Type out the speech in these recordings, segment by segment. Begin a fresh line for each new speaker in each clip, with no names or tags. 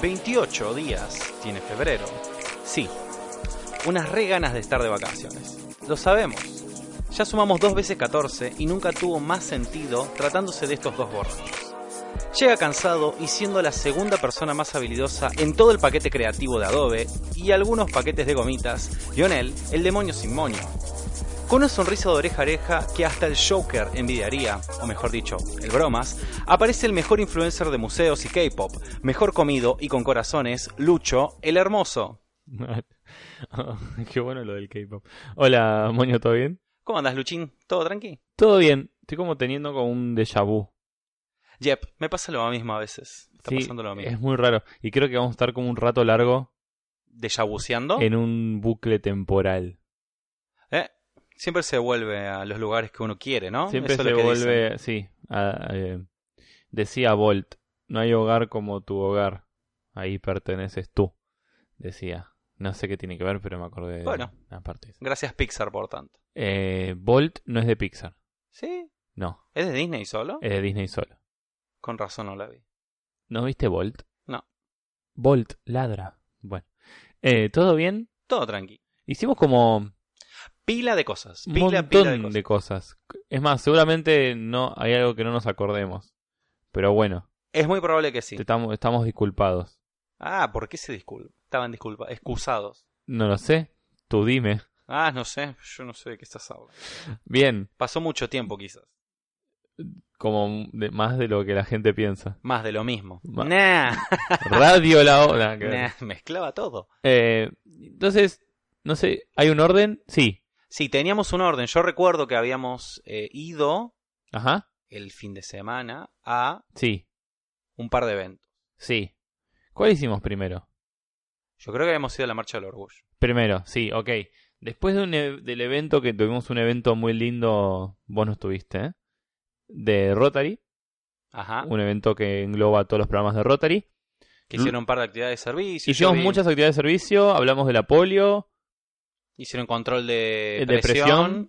28 días tiene febrero. Sí, unas re ganas de estar de vacaciones. Lo sabemos. Ya sumamos dos veces 14 y nunca tuvo más sentido tratándose de estos dos borrachos. Llega cansado y siendo la segunda persona más habilidosa en todo el paquete creativo de Adobe y algunos paquetes de gomitas, Lionel, el demonio sin moño. Con una sonrisa de oreja a oreja que hasta el Joker envidiaría, o mejor dicho, el bromas, aparece el mejor influencer de museos y K-pop, mejor comido y con corazones, Lucho, el hermoso.
Oh, Qué bueno lo del K-pop. Hola, Moño, ¿todo bien?
¿Cómo andas, Luchín? ¿Todo tranqui?
Todo bien. Estoy como teniendo como un déjà vu.
Yep, me pasa lo mismo a veces. Está
Sí, eh,
pasando lo mismo.
Es muy raro. Y creo que vamos a estar como un rato largo
¿Dejabuceando?
en un bucle temporal.
¿Eh? Siempre se vuelve a los lugares que uno quiere, ¿no?
Siempre
Eso es
se
lo que dicen.
vuelve, sí. a- eh, decía Bolt, no hay hogar como tu hogar. Ahí perteneces tú. Decía. No sé qué tiene que ver, pero me acordé de
Bueno.
la parte esa.
Gracias Pixar, por tanto.
Eh, Bolt no es de Pixar.
¿Sí?
No,
¿Es de Disney solo?
es de Disney solo.
Con razón no la vi.
¿No viste Bolt?
No.
Bolt ladra. Bueno. Eh, ¿Todo bien?
Todo tranqui.
Hicimos como
Pila de cosas.
un
Pila,
montón
pila de cosas.
Es más, seguramente no hay algo que no nos acordemos. Pero bueno,
Es muy probable que sí.
te estamos, estamos disculpados.
Ah, ¿por qué se disculpan? Estaban disculpa, excusados.
No lo sé, tú dime.
Ah, no sé, yo no sé de qué estás hablando.
Bien,
Pasó mucho tiempo quizás.
como de- más de lo que la gente piensa.
Más de lo mismo.
Ma-
Nah,
Radio la hora. que-
nah, mezclaba todo.
Eh, entonces, no sé, ¿hay un orden? Sí.
Sí, teníamos un orden. Yo recuerdo que habíamos eh, ido
Ajá.
el fin de semana a
Sí,
un par de eventos.
sí. ¿Cuál hicimos primero?
Yo creo que habíamos ido a la Marcha del Orgullo.
Primero, sí, ok. Después de un e- del evento que tuvimos un evento muy lindo, vos no estuviste, ¿eh? De Rotary,
Ajá.
un evento que engloba todos los programas de Rotary.
Que hicieron un par de actividades de servicio.
Hicimos
yo vi-
muchas actividades de servicio, hablamos de la polio,
Hicieron control de
eh, de
presión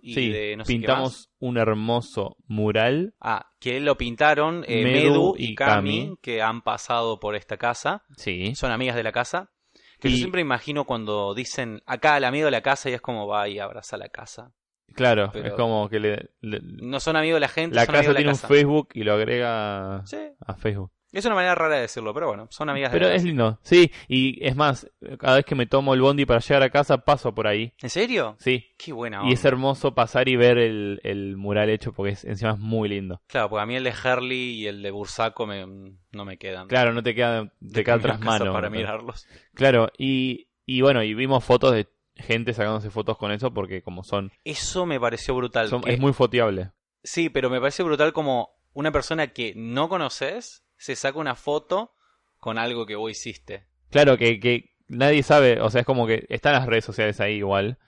presión,
y
sí,
de no sé qué más.
pintamos un hermoso mural,
Ah, que lo pintaron eh, Medu,
Medu
y
y
Cami,
Cami.
que han pasado por esta casa.
sí,
Son amigas de la casa. Que yo
Y-
siempre imagino cuando dicen acá al amigo de la casa y es como va y abraza la casa.
claro,
Pero-
es como que le- le-
No son amigos de la gente,
la
son amigos
casa
de
tiene
la
un
casa.
Facebook y lo agrega
Sí,
a Facebook.
es una manera rara de decirlo, pero bueno, son amigas
Pero
de la
es
casa.
lindo, sí, y es más, cada vez que me tomo el bondi para llegar a casa paso por ahí,
¿En serio?
sí,
Qué buena
Y es
onda.
hermoso pasar y ver el, el mural hecho porque es, encima es muy lindo.
Claro, porque a mí el de Herley y el de Bursaco me, mm, no me quedan.
Claro, no te queda, te
De
queda
camino a
tras
casa
mano.
Para
¿no?
mirarlos.
Claro, y, y bueno, y vimos fotos de gente sacándose fotos con eso porque como son,
Eso me pareció brutal.
son-
que-
es muy foteable.
Sí, pero me parece brutal como una persona que no conoces se saca una foto con algo que vos hiciste.
Claro que, que nadie sabe, o sea, es como que están las redes sociales ahí igual,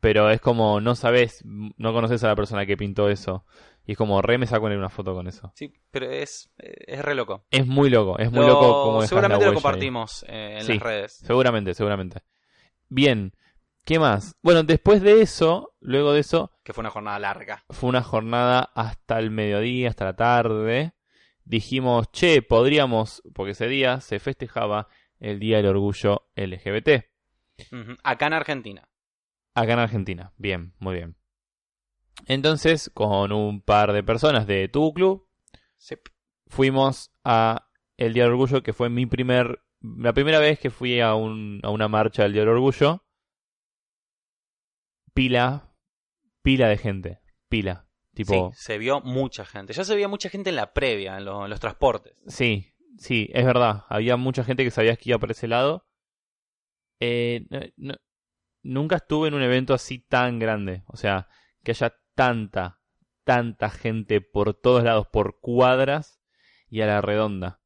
pero es como no sabes, no conoces a la persona que pintó eso. Y es como, re me saco una foto con eso.
Sí, pero es, eh, es re loco.
Es muy loco, es muy
Lo-
loco como
seguramente lo compartimos eh, en
Sí.
las redes.
Seguramente, seguramente. Bien, ¿qué más? Bueno, después de eso, luego de eso,
Que fue una jornada larga.
fue una jornada hasta el mediodía, hasta la tarde. Dijimos, che, podríamos, porque ese día se festejaba el Día del Orgullo LGBT.
Ujú. Acá en Argentina.
Acá en Argentina. Bien, muy bien. Entonces, con un par de personas de tu club,
Sí.
fuimos a el Día del Orgullo, que fue mi primer, la primera vez que fui a, un- a una marcha del Día del Orgullo. Pila, pila de gente, pila. Tipo,
Sí, se vio mucha gente. Ya se veía mucha gente en la previa, en, lo- en los transportes.
sí. sí, es verdad. Había mucha gente que sabía que iba para ese lado. Eh, no- no- nunca estuve en un evento así tan grande. O sea, que haya tanta, tanta gente por todos lados, por cuadras y a la redonda.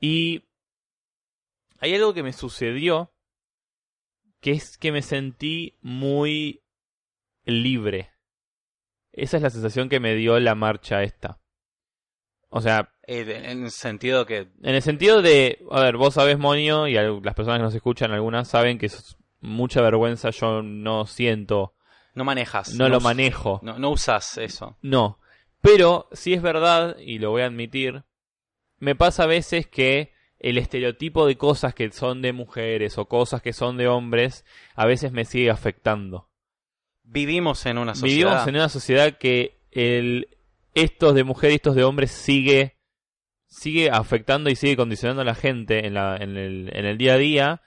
Y hay algo que me sucedió que es que me sentí muy libre. Esa es la sensación que me dio la marcha esta. O sea,
Eh, de- en el sentido que
en el sentido de, a ver, vos sabés, Moño, y al- las personas que nos escuchan, algunas saben que es mucha vergüenza yo no siento,
no manejas.
no lo
us-
manejo.
No, no usas eso.
No, Pero sí es verdad, y lo voy a admitir, me pasa a veces que el estereotipo de cosas que son de mujeres o cosas que son de hombres a veces me sigue afectando.
Vivimos en una sociedad.
Vivimos en una sociedad que el estos de mujeres y estos de hombres sigue sigue afectando y sigue condicionando a la gente en, la, en, el, en el día a día.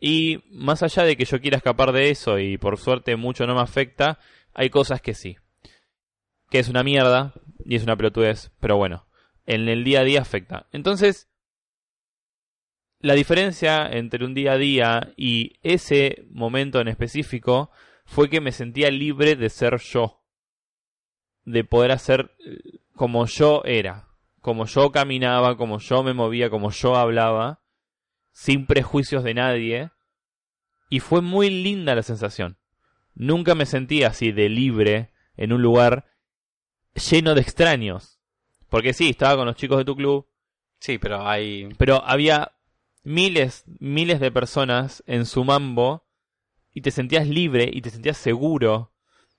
Y más allá de que yo quiera escapar de eso y por suerte mucho no me afecta, hay cosas que sí. Que es una mierda y es una pelotudez, pero bueno, en el día a día afecta. Entonces, la diferencia entre un día a día y ese momento en específico fue que me sentía libre de ser yo. De poder hacer eh, como yo era, como yo caminaba, como yo me movía, como yo hablaba, sin prejuicios de nadie. Y fue muy linda la sensación. Nunca me sentí así de libre en un lugar lleno de extraños. Porque sí, estaba con los chicos de tu club,
Sí, pero hay.
pero había miles, miles de personas en su mambo y te sentías libre y te sentías seguro.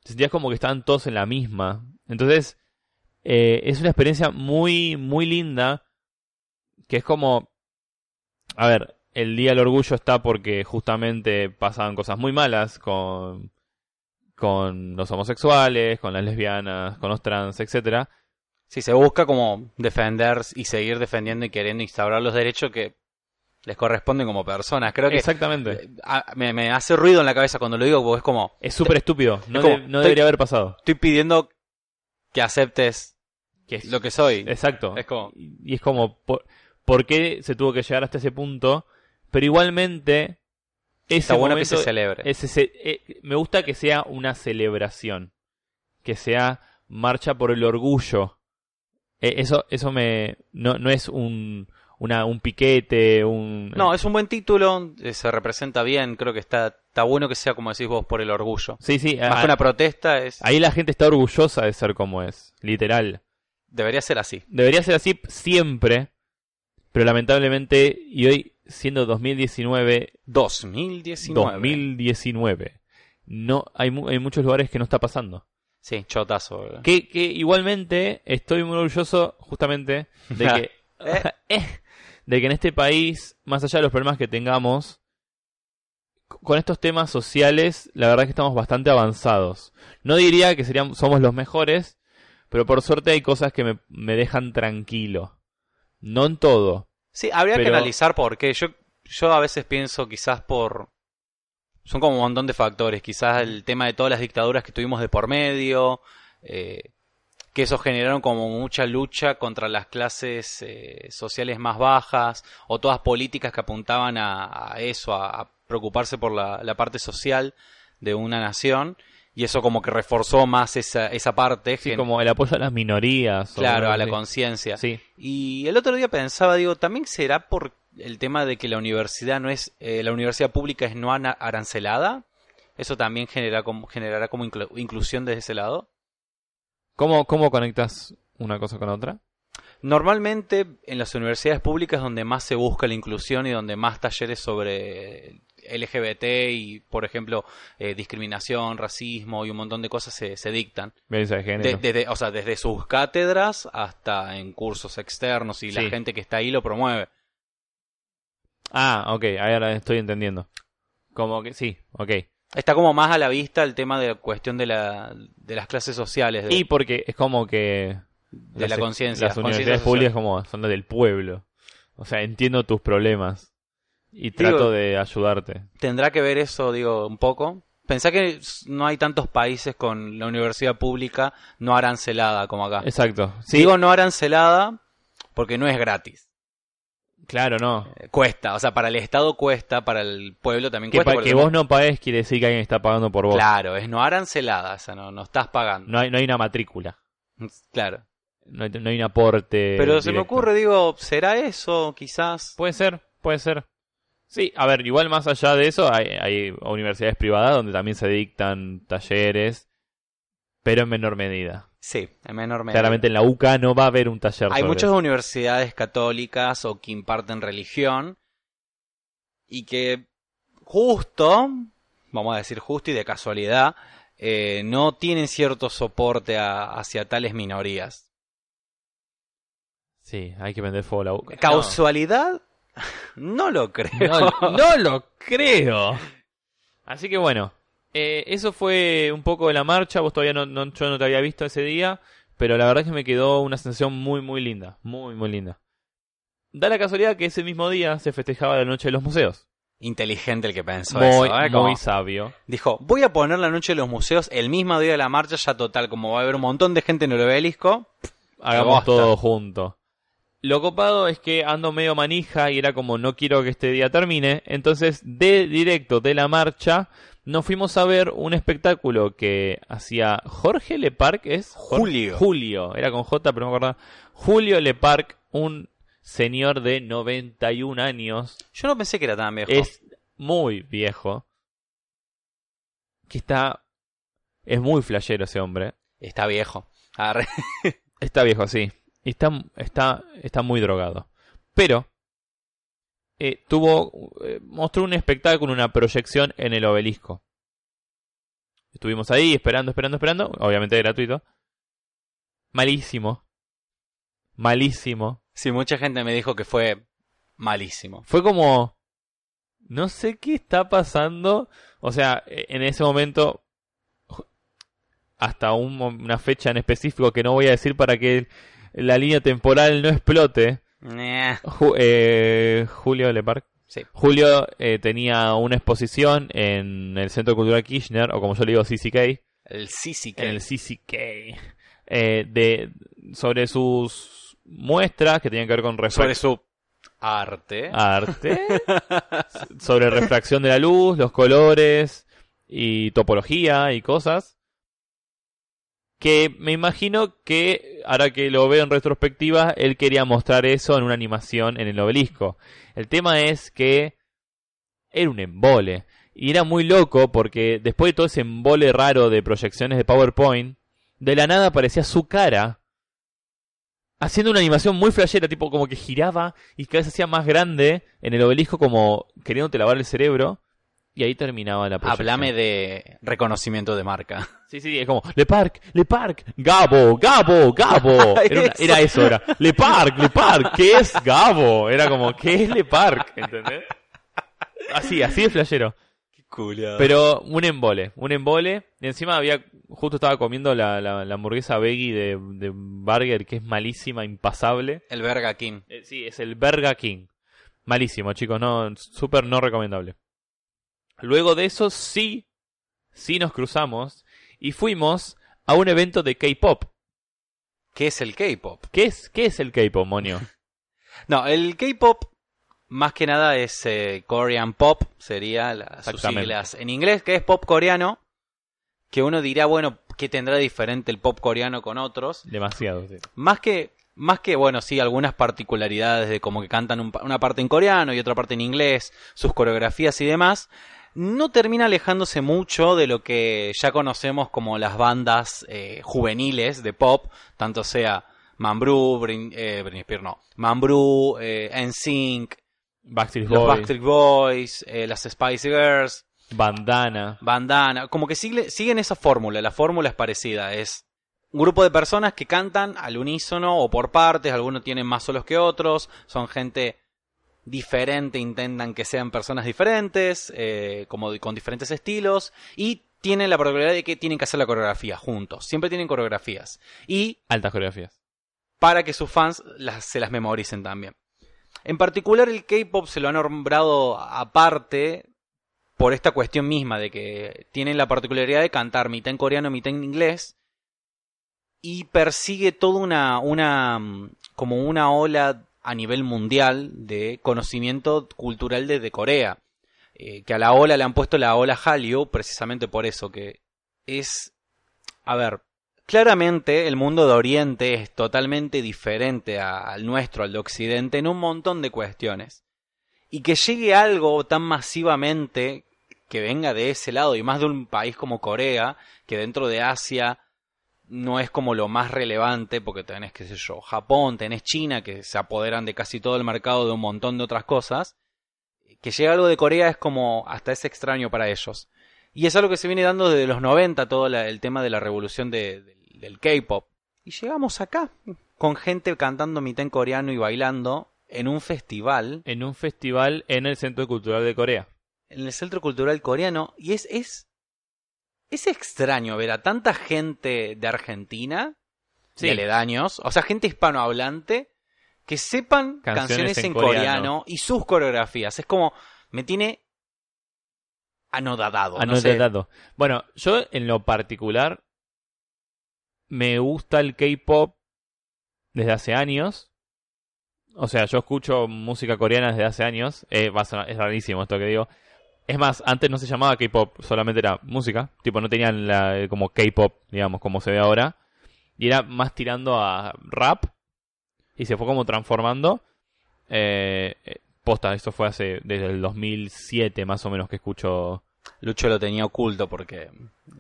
Te sentías como que estaban todos en la misma. Entonces, eh, es una experiencia muy, muy linda que es como... A ver, el Día del Orgullo está porque justamente pasaban cosas muy malas con, con los homosexuales, con las lesbianas, con los trans, etcétera.
Si se busca como defender y seguir defendiendo y queriendo instaurar los derechos que les corresponden como personas. Creo que eh,
Exactamente.
a- me, me hace ruido en la cabeza cuando lo digo, porque es como,
Es súper estúpido. No,
como-
de- no debería haber pasado.
estoy pidiendo que aceptes
Que es-
lo que soy.
Exacto.
Es como-
Y es como, ¿por, por qué se tuvo que llegar hasta ese punto? Pero igualmente, ese
Está bueno que
momento-
se celebre.
ese se- eh, me gusta que sea una celebración. Que sea marcha por el orgullo. Eh, eso eso me no, no es un, una, un piquete, un...
No, es un buen título, eh, se representa bien, creo que está, está bueno que sea como decís vos por el orgullo.
Sí, sí.
Más
ah,
que una protesta es
Ahí la gente está orgullosa de ser como es, literal.
debería ser así.
Debería ser así siempre, pero lamentablemente, y hoy siendo 2019,
2019.
2019, no hay, mu- hay muchos lugares que no está pasando.
Sí, chotazo. boludo.
Que, que igualmente estoy muy orgulloso justamente de que,
Eh.
eh, de que en este país, más allá de los problemas que tengamos, c- con estos temas sociales, la verdad que estamos bastante avanzados. No diría que seríamos, somos los mejores, pero por suerte hay cosas que me, me dejan tranquilo. No en todo.
Sí, habría
Pero-
que analizar por qué. Yo, yo a veces pienso quizás por... Son como un montón de factores. Quizás el tema de todas las dictaduras que tuvimos de por medio, eh, que eso generaron como mucha lucha contra las clases eh, sociales más bajas, o todas políticas que apuntaban a, a eso, a, a preocuparse por la, la parte social de una nación. Y eso como que reforzó más esa, esa parte,
Sí,
gen-
como el apoyo a las minorías. o
claro,
algo
a la
así.
conciencia.
Sí.
Y el otro día pensaba, digo, también será por el tema de que la universidad no es, eh, la universidad pública es no ana- arancelada. Eso también genera como, generará como inclu- inclusión desde ese lado.
¿Cómo, ¿Cómo conectas una cosa con otra?
Normalmente en las universidades públicas es donde más se busca la inclusión y donde más talleres sobre LGBT y, por ejemplo, eh, discriminación, racismo y un montón de cosas se, se dictan.
Violencia de
De-
género.
desde, o sea, desde sus cátedras hasta en cursos externos y
Sí.
la gente que está ahí lo promueve.
Ah, ok, ahora estoy entendiendo. Como que sí, ok.
Está como más a la vista el tema de la cuestión de, la, de las clases sociales, de,
Y porque es como que...
de la
las- e-,
conciencia.
Las
conciencia
universidades
social.
públicas como son las del pueblo. O sea, entiendo tus problemas. Y trato de ayudarte.
Tendrá que ver eso, digo, un poco. Pensá que s- no hay tantos países con la universidad pública no arancelada como acá.
Exacto. Sí,
Ah. Digo no arancelada porque no es gratis.
claro, no.
Eh, Cuesta, o sea, para el Estado cuesta, para el pueblo también
Que,
cuesta.
pa-
porque
que
somos-
vos no pagues quiere decir que alguien está pagando por vos.
Claro, es no arancelada, o sea, no, no estás pagando.
No, hay, no hay una matrícula.
Claro.
No hay, no hay un aporte.
Pero se me
Eh, directo.
ocurre, digo, ¿será eso quizás?
Puede ser, puede ser. Sí, a ver, igual más allá de eso, hay, hay universidades privadas donde también se dictan talleres, pero en menor medida.
Sí, en menor medida.
Claramente en la UCA no va a haber un taller.
Hay
sobre
muchas
eso.
universidades católicas o que imparten religión y que justo, vamos a decir justo y de casualidad, eh, no tienen cierto soporte a- hacia tales minorías.
Sí, hay que vender fuego a la boca.
¿Causualidad? No lo creo.
No, no lo creo. Así que bueno, eh, eso fue un poco de la marcha. Vos todavía no, no- yo no te había visto ese día, pero la verdad es que me quedó una sensación muy, muy linda. Muy, muy linda. Da la casualidad que ese mismo día se festejaba la noche de los museos.
Inteligente el que pensó
Muy,
eso. ¿eh? Como
muy sabio.
Dijo, voy a poner la noche de los museos el mismo día de la marcha, ya total, como va a haber un montón de gente en el obelisco.
Hagamos
bosta.
todo junto. Lo copado es que ando medio manija y era como no quiero que este día termine. Entonces, de directo de la marcha, nos fuimos a ver un espectáculo que hacía Jorge Leparc, ¿es? Jorge-
Julio.
Julio, era con J, pero no me acordaba. Julio Leparc, un señor de 91 años.
Yo no pensé que era tan viejo.
Es muy viejo. Que está. Es muy flashero ese hombre.
Está viejo. Arre.
Está viejo, sí. Y Está, está, está muy drogado. Pero eh, tuvo. eh, mostró un espectáculo, una proyección en el obelisco. Estuvimos ahí esperando, esperando, esperando. Obviamente gratuito. Malísimo. Malísimo.
Sí, mucha gente me dijo que fue malísimo.
Fue como. No sé qué está pasando. O sea, e- en ese momento. Hasta un mo- una fecha en específico que no voy a decir para que la línea temporal no explote.
Nah.
Ju- eh, Julio Leparc.
Sí.
Julio eh, tenía una exposición en el Centro Cultural Kirchner, o como yo le digo, CCK,
El Sisi
en el CCK, eh, de, sobre sus muestras que tenían que ver con
sobre
refracción
su arte.
Ah, arte, s- sobre refracción de la luz, los colores y topología y cosas. Que me imagino que, ahora que lo veo en retrospectiva, él quería mostrar eso en una animación en el obelisco. El tema es que era un embole. Y era muy loco porque después de todo ese embole raro de proyecciones de PowerPoint, de la nada aparecía su cara haciendo una animación muy flashera, tipo como que giraba y cada vez se hacía más grande en el obelisco como queriéndote lavar el cerebro. Y ahí terminaba la proyección.
Hablame de reconocimiento de marca.
Sí, sí, es como, Le Parc, Le Parc, Gabo, Gabo, Gabo. Era, una- era eso, era, Le Parc, Le Parc, ¿qué es Gabo? Era como, ¿qué es Le Parc? ¿Entendés? Así, así de flashero.
Qué culiado.
Pero un embole, un embole. Y encima había, justo estaba comiendo la, la, la hamburguesa veggie de, de Burger, que es malísima, impasable.
El Verga King.
Eh, sí, es el Berga King. Malísimo, chicos, no, súper no recomendable. Luego de eso, sí, sí nos cruzamos y fuimos a un evento de K-pop.
¿Qué es el K-pop?
¿Qué es, ¿Qué es el K-pop, Monio?
No, el K-pop más que nada es eh, Korean Pop, sería la- sus
Exactamente.
siglas en inglés, que es pop coreano. Que uno dirá, bueno, ¿qué tendrá diferente el pop coreano con otros?
Demasiado, sí.
Más que, más que bueno, sí, algunas particularidades de como que cantan un pa- una parte en coreano y otra parte en inglés, sus coreografías y demás, no termina alejándose mucho de lo que ya conocemos como las bandas eh, juveniles de pop, tanto sea Mambrú, Brin, eh, Britney Spears no, Mambrú, eh, NSYNC,
Backstreet
los
Boys,
Backstreet Boys, eh, las Spice Girls,
Bandana.
bandana, como que sigle- siguen esa fórmula, la fórmula es parecida, es un grupo de personas que cantan al unísono o por partes, algunos tienen más solos que otros, son gente diferente, intentan que sean personas diferentes, eh, como de- con diferentes estilos, y tienen la probabilidad de que tienen que hacer la coreografía juntos, siempre tienen coreografías, y
Altas coreografías.
para que sus fans las- se las memoricen también. En particular el K-Pop se lo ha nombrado aparte por esta cuestión misma de que tienen la particularidad de cantar mitad en coreano, mitad en inglés y persigue toda una una mm, como una ola a nivel mundial de conocimiento cultural desde Corea, eh, que a la ola le han puesto la ola Hallyu precisamente por eso que es a ver, Claramente el mundo de Oriente es totalmente diferente a- al nuestro, al de Occidente, en un montón de cuestiones. Y que llegue algo tan masivamente que venga de ese lado y más de un país como Corea, que dentro de Asia no es como lo más relevante, porque tenés, qué sé yo, Japón, tenés China, que se apoderan de casi todo el mercado de un montón de otras cosas. Que llegue algo de Corea es como hasta es extraño para ellos. Y es algo que se viene dando desde los 90, todo la- el tema de la revolución de- del- del K-pop. Y llegamos acá, con gente cantando mitad en coreano y bailando en un festival,
En un festival en el Centro Cultural de Corea.
en el Centro Cultural Coreano, y es, es, es extraño ver a tanta gente de Argentina,
Sí.
de aledaños, o sea, gente hispanohablante, que sepan
Canciones
canciones en,
en
coreano.
coreano
y sus coreografías. Es como, me tiene
Ah,
anodadado. no sé.
Anotadado. Bueno, yo en lo particular me gusta el K-pop desde hace años. O sea, yo escucho música coreana desde hace años. Eh, va a sonar- es rarísimo esto que digo. Es más, antes no se llamaba K-pop, solamente era música. Tipo, no tenían la, como K-pop, digamos, como se ve ahora. Y era más tirando a rap. Y se fue como transformando. Eh, eh, posta, esto fue hace desde el 2007 más o menos que escucho
Lucho lo tenía oculto porque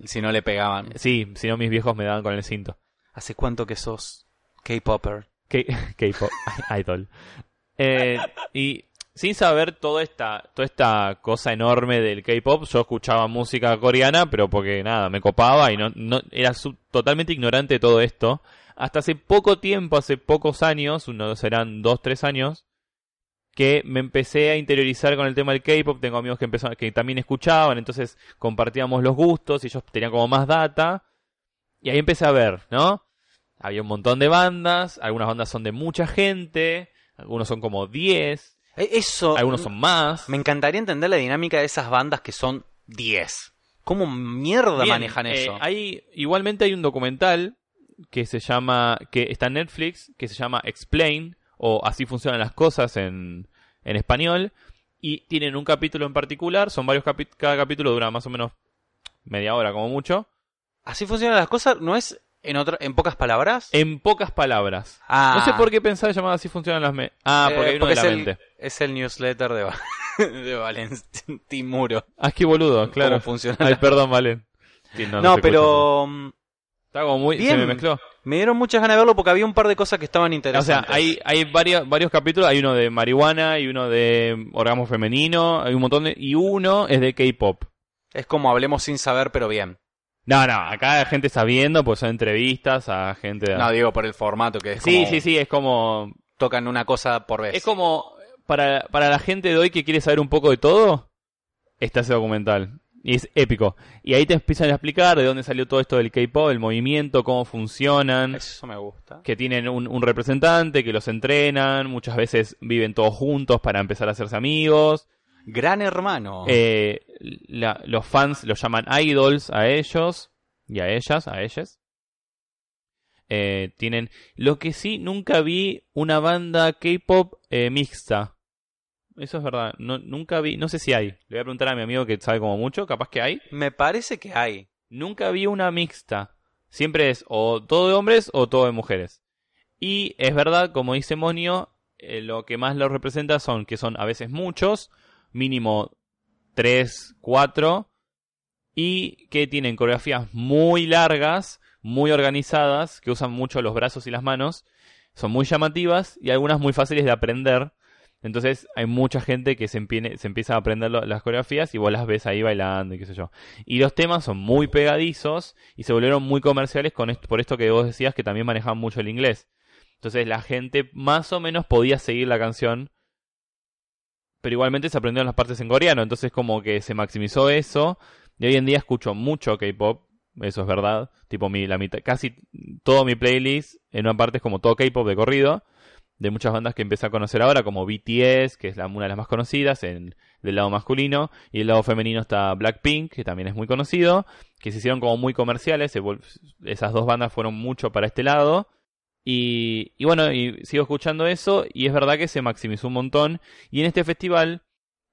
si no le pegaban.
Sí, si no mis viejos me daban con el cinto.
¿Hace cuánto que sos K-Popper?
K- K-pop, idol. Eh, y sin saber toda esta, toda esta cosa enorme del K-pop, yo escuchaba música coreana, pero porque nada, me copaba y no, no era su- totalmente ignorante de todo esto. Hasta hace poco tiempo, hace pocos años, unos serán dos, tres años, que me empecé a interiorizar con el tema del K-pop. Tengo amigos que empezaron, que también escuchaban, entonces compartíamos los gustos y ellos tenían como más data. Y ahí empecé a ver, ¿no? Había un montón de bandas, algunas bandas son de mucha gente, algunos son como 10,
Eh, Eso.
algunos son más.
Me encantaría entender la dinámica de esas bandas que son 10. ¿Cómo mierda
Bien,
manejan
eh,
eso?
hay, igualmente hay un documental que se llama, que está en Netflix, que se llama Explain, o Así funcionan las cosas en, en español, y tienen un capítulo en particular, son varios capítulos, cada capítulo dura más o menos media hora como mucho,
Así funcionan las cosas, ¿no es en otra, en pocas palabras?
en pocas palabras.
ah,
No sé por qué pensaba llamado Así funcionan las... me- ah, porque
eh,
hay uno de
es,
la
el,
mente.
es el newsletter de, Va- de Valentín Muro.
Ah, qué boludo, claro.
¿Cómo funciona?
Ay, perdón, Valen.
no,
no,
pero mm,
Está como muy. Se
Bien.
me mezcló.
me dieron muchas ganas de verlo porque había un par de cosas que estaban
O sea,
interesantes.
hay, hay varios, varios capítulos. Hay uno de marihuana, hay uno de orgasmo femenino, hay un montón de. Y uno es de K-pop.
Es como hablemos sin saber, pero bien.
No, no, acá la gente está viendo, pues son entrevistas a gente. de-
No, digo por el formato que es
sí,
como
sí, sí, es como.
tocan una cosa por vez.
Es como. Para, para la gente de hoy que quiere saber un poco de todo, está ese documental. Y es épico. Y ahí te empiezan a explicar de dónde salió todo esto del K-pop, el movimiento, cómo funcionan.
Eso me gusta.
que tienen un, un representante, que los entrenan, muchas veces viven todos juntos para empezar a hacerse amigos.
Gran hermano.
Eh, la- los fans los llaman idols a ellos y a ellas, a ellas. Eh, tienen. Lo que sí, nunca vi una banda K-pop eh, mixta. Eso es verdad. No, nunca vi. No sé si hay. Le voy a preguntar a mi amigo que sabe como mucho. Capaz que hay.
Me parece que hay.
Nunca vi una mixta. Siempre es o todo de hombres o todo de mujeres. Y es verdad, como dice Monio, eh, lo que más lo representa son que son a veces muchos, mínimo 3, 4, y que tienen coreografías muy largas, muy organizadas, que usan mucho los brazos y las manos, son muy llamativas y algunas muy fáciles de aprender. Entonces hay mucha gente que se, empiene- se empieza a aprender lo- las coreografías y vos las ves ahí bailando y qué sé yo. Y los temas son muy pegadizos y se volvieron muy comerciales con est- por esto que vos decías que también manejaban mucho el inglés. Entonces la gente más o menos podía seguir la canción, pero igualmente se aprendieron las partes en coreano. Entonces como que se maximizó eso. Y hoy en día escucho mucho K-pop, eso es verdad. Tipo mi, la mitad, casi todo mi playlist en una parte es como todo K-pop de corrido. De muchas bandas que empecé a conocer ahora, como BTS, que es la- una de las más conocidas en, del lado masculino. Y del lado femenino está Blackpink, que también es muy conocido. Que se hicieron como muy comerciales. se vol- Esas dos bandas fueron mucho para este lado. Y, y bueno, y sigo escuchando eso. Y es verdad que se maximizó un montón. Y en este festival,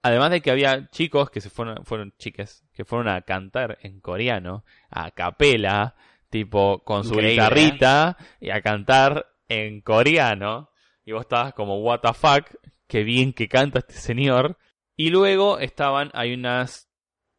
además de que había chicos que se fueron, fueron chicas, que fueron a cantar en coreano, a capela, tipo con su
Increíble, ¿eh?
guitarrita, y a cantar en coreano. Y vos estabas como, what the fuck, qué bien que canta este señor. Y luego estaban, hay unas,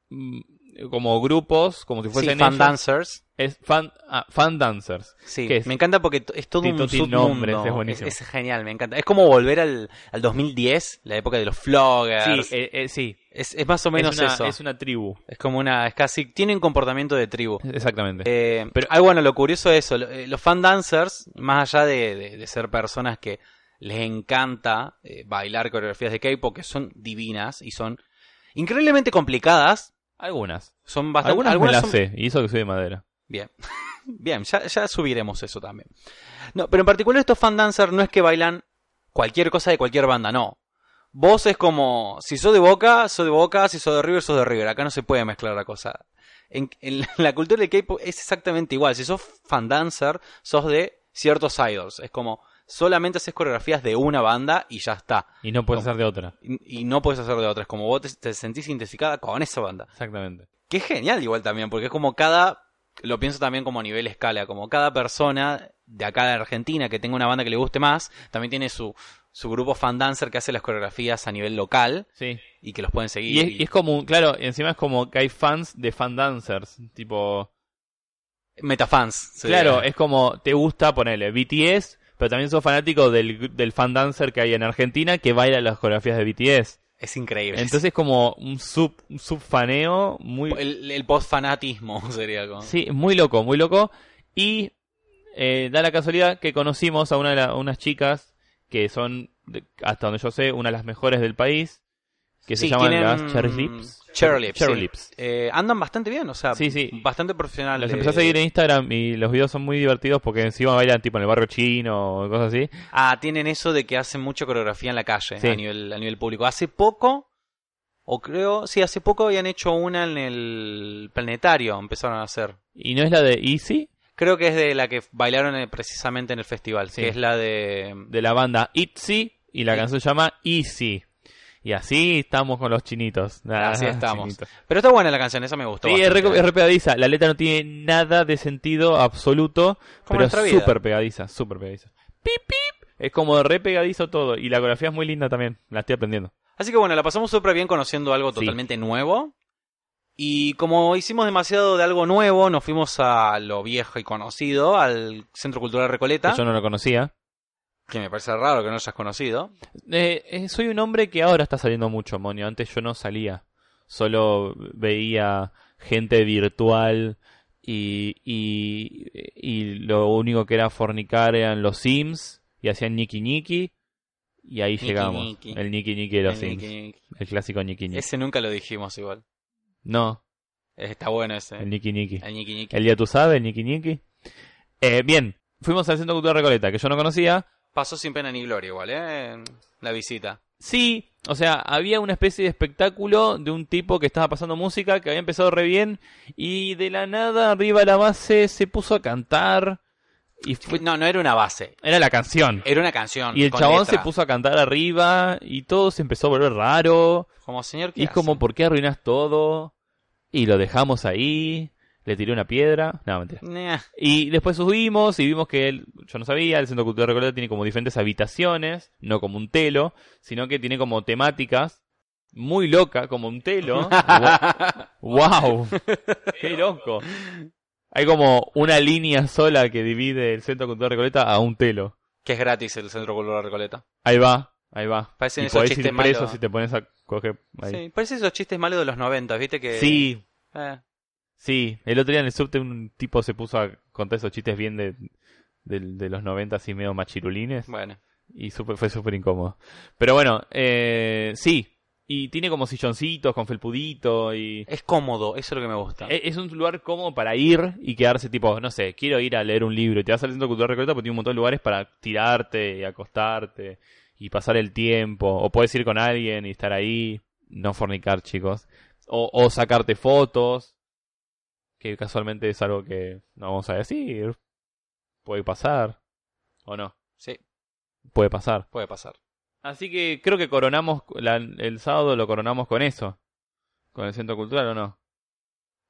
mm, como grupos, como si
Sí,
fuesen
fan
ellos.
dancers.
Es fan, ah, fan dancers.
Sí,
¿Qué es?
me encanta porque t- es todo
Tito
un
tiene
submundo.
nombres, es buenísimo.
Es, genial, me encanta. Es como volver al, al 2010, la época de los floggers.
Sí, eh, eh, sí.
es, es más o menos
es una,
eso.
Es una tribu.
Es como una, es casi, tienen comportamiento de tribu.
Exactamente.
Eh,
Pero-
pero, ah, bueno, lo curioso es eso, lo- eh, los fan dancers, más allá de, de- de ser personas que les encanta eh, bailar coreografías de K-pop, que son divinas y son increíblemente complicadas,
algunas.
son bastante...
Algunas, me las
son-
sé. Y eso que soy de madera.
Bien, bien, ya, ya subiremos eso también. No, pero en particular estos fan dancers no es que bailan cualquier cosa de cualquier banda, no. Vos es como, si sos de Boca, sos de Boca, si sos de River, sos de River. Acá no se puede mezclar la cosa. En, en la cultura del K-pop es exactamente igual. Si sos fan dancer, sos de ciertos idols. Es como, solamente haces coreografías de una banda y ya está.
Y no puedes
No.
hacer de otra.
Y, y no puedes hacer de otras. Como vos te, te sentís identificada con esa banda.
Exactamente.
Que es genial igual también, porque es como cada, lo pienso también como a nivel escala, como cada persona de acá de Argentina que tenga una banda que le guste más, también tiene su, su grupo fan dancer que hace las coreografías a nivel local
Sí.
y que los pueden seguir.
Y es, y es como, un- claro, encima es como que hay fans de fan dancers. Tipo,
Metafans. se
claro,
diría.
es como te gusta ponerle BTS, pero también sos fanático del, del fan dancer que hay en Argentina que baila las coreografías de BTS.
es increíble.
Entonces es como un sub un subfaneo muy
el, el post-fanatismo sería como...
sí, muy loco, muy loco y eh, da la casualidad que conocimos a una de la- unas chicas que son de- hasta donde yo sé una de las mejores del país que se
Sí,
llaman
tienen-
las Cherlips.
Cherlips, sí.
Cherlips.
Eh, andan bastante bien, o sea,
Sí, sí.
bastante profesionales.
Las empecé a seguir en Instagram y los videos son muy divertidos porque encima bailan tipo en el barrio chino o cosas así.
Ah, tienen eso de que hacen mucha coreografía en la calle
Sí.
a, nivel, a nivel público. Hace poco, o creo, sí, hace poco habían hecho una en el planetario, empezaron a hacer.
¿Y no es la de Easy?
Creo que es de la que bailaron eh, precisamente en el festival,
Sí.
que es la de...
De la banda Itzy y la
Sí.
canción se llama Easy. Y así estamos con los chinitos.
Así
Ah,
estamos.
chinitos.
Pero está buena la canción, esa me gustó.
Sí, es
bastante.
re, es re pegadiza. La letra no tiene nada de sentido absoluto,
Como
pero
nuestra vida.
es súper pegadiza, súper pegadiza. Pip, pip. Es como re pegadizo todo. Y la coreografía es muy linda también. La estoy aprendiendo.
Así que bueno, la pasamos súper bien conociendo algo
Sí.
totalmente nuevo. Y como hicimos demasiado de algo nuevo, nos fuimos a lo viejo y conocido, al Centro Cultural Recoleta,
Que Yo no la conocía.
que me parece raro que no hayas conocido.
Eh, eh, soy un hombre que ahora está saliendo mucho, Monio. Antes yo no salía. Solo veía gente virtual y, y, y lo único que era fornicar eran los Sims y hacían Niki Niki. Y ahí
Niki
llegamos.
Niki.
El Niki Niki de los
El
Sims.
Nicky Nicky.
El clásico Niki Niki.
Ese nunca lo dijimos igual.
No,
Está bueno ese.
el Niki Niki.
Eh. El Nicky Nicky.
El día tú sabes, el Niki Niki. Eh, bien, fuimos al Centro Cultural Recoleta, que yo no conocía.
Pasó sin pena ni gloria igual, ¿eh? La visita.
Sí, o sea, había una especie de espectáculo de un tipo que estaba pasando música, que había empezado re bien, y de la nada arriba de la base se puso a cantar. Y fue-
No, no era una base.
era la canción.
Era una canción.
Y el
Eh, con
chabón
letra.
se puso a cantar arriba, y todo se empezó a volver raro.
Como señor que.
Y es como, ¿por qué arruinas todo? Y lo dejamos ahí, le tiré una piedra. No, mentira. Y después subimos y vimos que, el- yo no sabía, el Centro Cultural Recoleta tiene como diferentes habitaciones, no como un telo, sino que tiene como temáticas muy loca, como un telo. ¡Wow! ¡Qué loco! Hay como una línea sola que divide el Centro Cultural Recoleta a un telo.
que es gratis el Centro Cultural Recoleta.
Ahí va, ahí va.
Parecen
y
esos
podés
chistes
ir preso
malos.
si te pones a coger ahí.
Sí, parece esos chistes malos de los 90, ¿viste? Que,
sí,
eh,
sí. El otro día en el subte un tipo se puso a contar esos chistes bien de, de, de los 90 así medio machirulines.
bueno.
Y súper- fue súper incómodo. Pero bueno, eh, sí. Y tiene como silloncitos con felpudito y...
Es cómodo, eso es lo que me gusta.
e- Es un lugar cómodo para ir y quedarse tipo, no sé, quiero ir a leer un libro. Y te vas al Centro Cultural Recoleta porque tiene un montón de lugares para tirarte y acostarte y pasar el tiempo. O puedes ir con alguien y estar ahí. No fornicar, chicos. O, o sacarte fotos. Que casualmente es algo que no vamos a decir. Puede pasar. O no.
Sí,
Puede pasar.
puede pasar.
Así que creo que coronamos la- el sábado lo coronamos con eso. Con el centro cultural o no.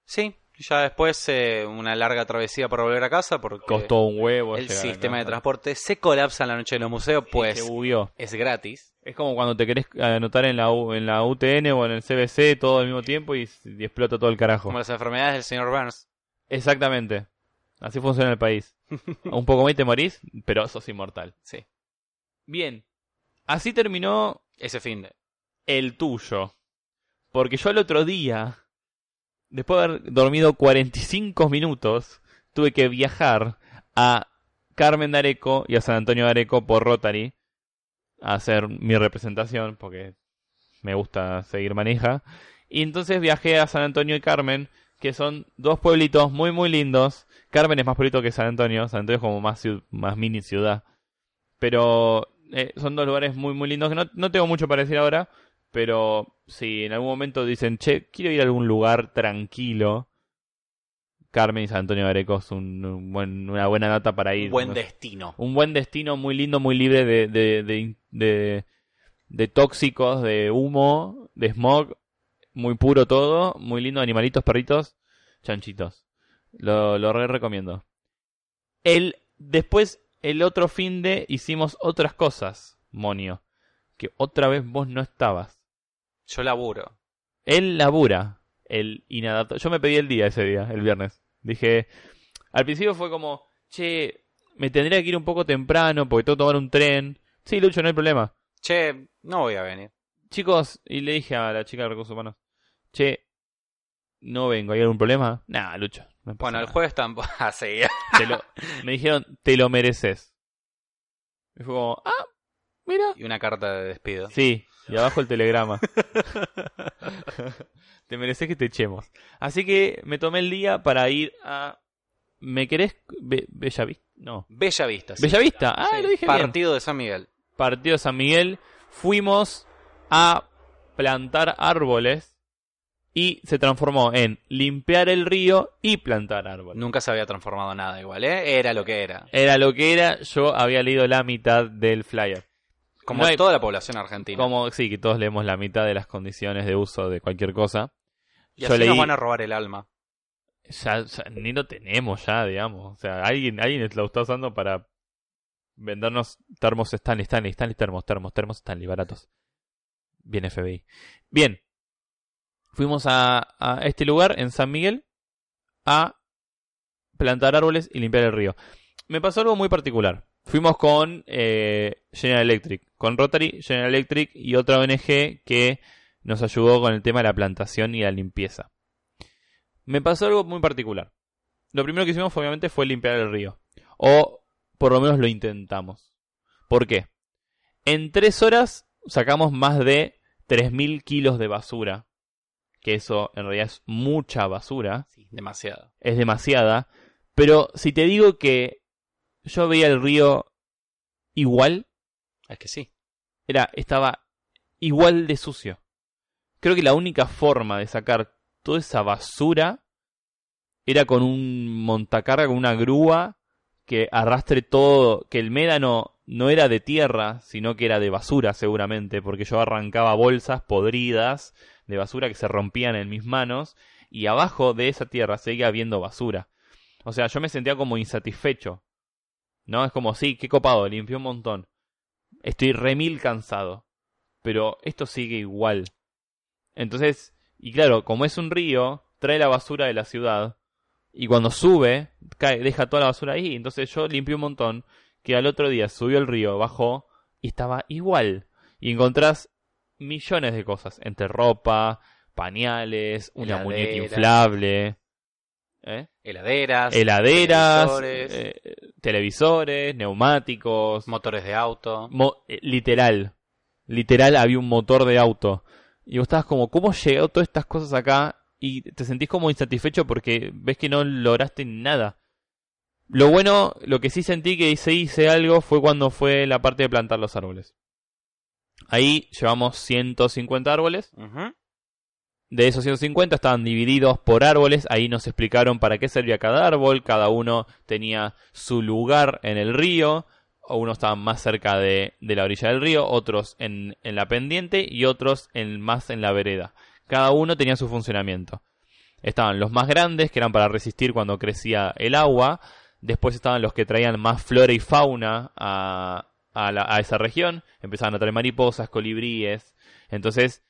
Sí, ya después eh, una larga travesía para volver a casa porque
Costó un huevo.
el
llegar acá.
sistema de transporte se colapsa en la noche de los museos, pues
Se bugueó.
es gratis.
Es como cuando te querés anotar en la, U- en la UTN o en el CBC todo al mismo tiempo y, y explota todo el carajo.
Como las enfermedades del señor Burns.
Exactamente. Así funciona el país. Un poco más y te morís, pero sos inmortal.
Sí.
Bien. Así terminó
Ese fin de.
el tuyo. Porque yo el otro día, después de haber dormido 45 minutos, tuve que viajar a Carmen de Areco y a San Antonio de Areco por Rotary a hacer mi representación, porque me gusta seguir maneja. Y entonces viajé a San Antonio y Carmen, que son dos pueblitos muy, muy lindos. Carmen es más pueblito que San Antonio, San Antonio es como más, ciu- más mini ciudad. Pero eh, son dos lugares muy, muy lindos que no, no tengo mucho para decir ahora. Pero si en algún momento dicen, che, quiero ir a algún lugar tranquilo, Carmen y San Antonio de Areco es un, un buen- una buena data para ir.
Un buen
No sé.
destino.
Un buen destino muy lindo, muy libre de, de, de, de- de tóxicos, de humo, de smog. Muy puro todo, muy lindo, animalitos, perritos, chanchitos. Lo, lo re recomiendo. El, después, el otro fin de hicimos otras cosas, Monio. Que otra vez vos no estabas.
Yo laburo.
Él labura. El inadaptado. Yo me pedí el día ese día, el viernes. Dije. Al principio fue como. Che, me tendría que ir un poco temprano porque tengo que tomar un tren. Sí, Lucho, no hay problema.
Che, no voy a venir.
Chicos, y le dije a la chica de recursos humanos. Che, no vengo, ¿hay algún problema? Nah, Lucho. no pasa
Bueno, el
nada".
jueves Ah, tampoco. Así.
Te lo- me dijeron, te lo mereces. Y fue como, ah, mira.
y una carta de despido.
Sí, y abajo el telegrama. te mereces que te echemos. Así que me tomé el día para ir a. ¿Me querés? Be- Bellavista. No.
Bella Vista. sí.
Bellavista. Ah,
Sí.
lo dije bien.
Partido de San Miguel.
Partido San Miguel. Fuimos a plantar árboles. Y se transformó en limpiar el río y plantar árboles.
Nunca se había transformado nada igual, ¿eh? Era lo que era.
Era lo que era. Yo había leído la mitad del flyer.
Como
No hay-
toda la población argentina.
Como, sí, que todos leemos la mitad de las condiciones de uso de cualquier cosa.
y
yo
así nos
leí-
van a robar el alma.
ya, ya ni lo tenemos ya, digamos. O sea, alguien, alguien lo está usando para vendernos termos Stanley, Stanley, Stanley, termos, termos, termos Stanley, baratos. Bien FBI. Bien. Fuimos a, a este lugar, en San Miguel, a plantar árboles y limpiar el río. Me pasó algo muy particular. Fuimos con eh, General Electric, con Rotary, General Electric y otra ONG que nos ayudó con el tema de la plantación y la limpieza. Me pasó algo muy particular. Lo primero que hicimos, obviamente, fue limpiar el río. O por lo menos lo intentamos. ¿Por qué? En tres horas sacamos más de 3.000 kilos de basura. Que eso en realidad es mucha basura.
Demasiado.
Es demasiada. Pero si te digo que yo veía el río igual,
Es que sí.
era, estaba igual de sucio. Creo que la única forma de sacar toda esa basura era con un montacarga, con una grúa que arrastre todo, que el médano no era de tierra, sino que era de basura seguramente, porque yo arrancaba bolsas podridas de basura que se rompían en mis manos y abajo de esa tierra seguía habiendo basura. O sea, yo me sentía como insatisfecho. No, es como, sí, qué copado, limpió un montón. Estoy remil cansado. Pero esto sigue igual. Entonces, y claro, como es un río, trae la basura de la ciudad. Y cuando sube, cae- deja toda la basura ahí. Entonces yo limpié un montón. Que al otro día subió el río, bajó y estaba igual. Y encontrás millones de cosas. Entre ropa, pañales, una muñeca
Heladeras.
inflable. ¿Eh?
Heladeras.
heladeras,
televisores.
eh, televisores, neumáticos,
Motores de auto.
mo- eh, literal, literal había un motor de auto. Y vos estabas como, ¿cómo llegó todas estas cosas acá? Y te sentís como insatisfecho porque ves que no lograste nada. Lo bueno, lo que sí sentí que hice, hice algo fue cuando fue la parte de plantar los árboles. Ahí llevamos 150 árboles.
Ujú.
De esos 150 estaban divididos por árboles, ahí nos explicaron para qué servía cada árbol, cada uno tenía su lugar en el río, o unos estaban más cerca de, de la orilla del río, otros en, en la pendiente y otros en, más en la vereda. Cada uno tenía su funcionamiento. Estaban los más grandes, que eran para resistir cuando crecía el agua, después estaban los que traían más flora y fauna a, a la- a esa región, empezaban a traer mariposas, colibríes, entonces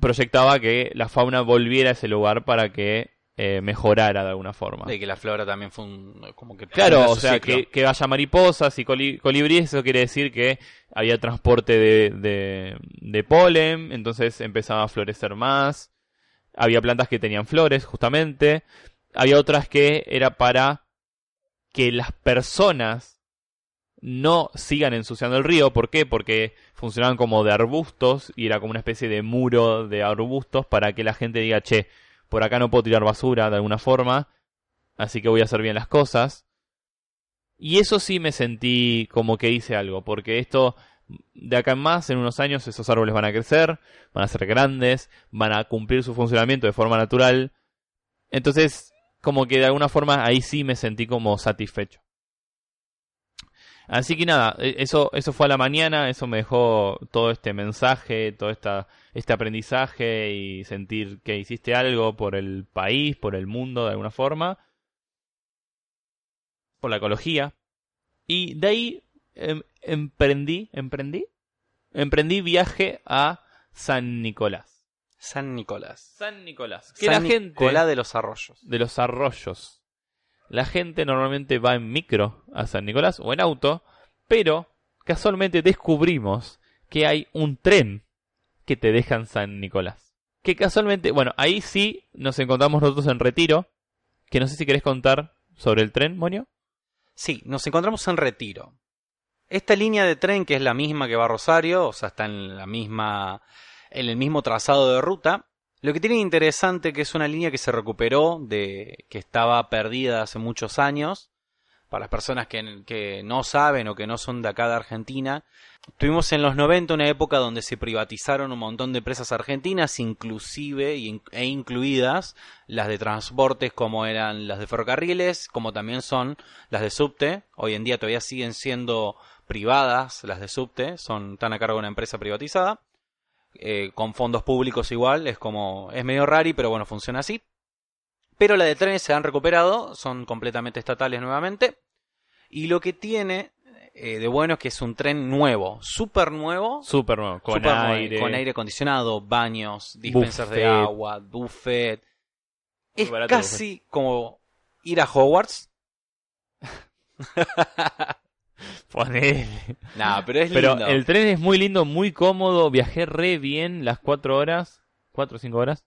proyectaba que la fauna volviera a ese lugar para que eh, mejorara de alguna forma.
De que la flora también fue un. Como que
Claro,
terminó
o
su
sea,
ciclo.
que, que haya mariposas y coli- colibríes, eso quiere decir que había transporte de, de, de polen, entonces empezaba a florecer más. Había plantas que tenían flores, justamente. Había otras que era para que las personas no sigan ensuciando el río. ¿Por qué? Porque funcionaban como de arbustos y era como una especie de muro de arbustos para que la gente diga, che, por acá no puedo tirar basura de alguna forma, así que voy a hacer bien las cosas. Y eso sí me sentí como que hice algo, porque esto de acá en más, en unos años, esos árboles van a crecer, van a ser grandes, van a cumplir su funcionamiento de forma natural. Entonces, como que de alguna forma ahí sí me sentí como satisfecho. Así que nada, e- eso, eso fue a la mañana, eso me dejó todo este mensaje, todo esta, este aprendizaje y sentir que hiciste algo por el país, por el mundo de alguna forma por la ecología. Y de ahí em- emprendí, emprendí, emprendí viaje a San Nicolás.
San Nicolás.
San Nicolás. Que
San
la gente
Nicolás de los Arroyos.
de los arroyos. La gente normalmente va en micro a San Nicolás o en auto, pero casualmente descubrimos que hay un tren que te deja en San Nicolás. Que casualmente, bueno, ahí sí nos encontramos nosotros en retiro, que no sé si querés contar sobre el tren, Moño.
Sí, nos encontramos en Retiro. Esta línea de tren, que es la misma que va a Rosario, o sea, está en la misma. en el mismo trazado de ruta. Lo que tiene interesante que es una línea que se recuperó de. que estaba perdida hace muchos años. Para las personas que, que no saben o que no son de acá de Argentina. Tuvimos en los 90 una época donde se privatizaron un montón de empresas argentinas, inclusive y- e incluidas las de transportes como eran las de ferrocarriles, como también son las de subte. Hoy en día todavía siguen siendo privadas las de subte, son tan a cargo de una empresa privatizada, eh, con fondos públicos igual, es como, es medio rari, pero bueno, funciona así. Pero las de trenes se han recuperado, son completamente estatales nuevamente. Y lo que tiene eh, de bueno es que es un tren nuevo, súper nuevo,
Súper nuevo, con
Súper nuevo,
aire.
con aire acondicionado, baños, dispensers de
Buffet.
agua, buffet.
Muy
Es
barato el
casi como ir a Hogwarts.
Ponele.
Nah, pero es
Pero
lindo.
el tren es muy lindo, muy cómodo. Viajé re bien las cuatro horas. ¿Cuatro o cinco horas?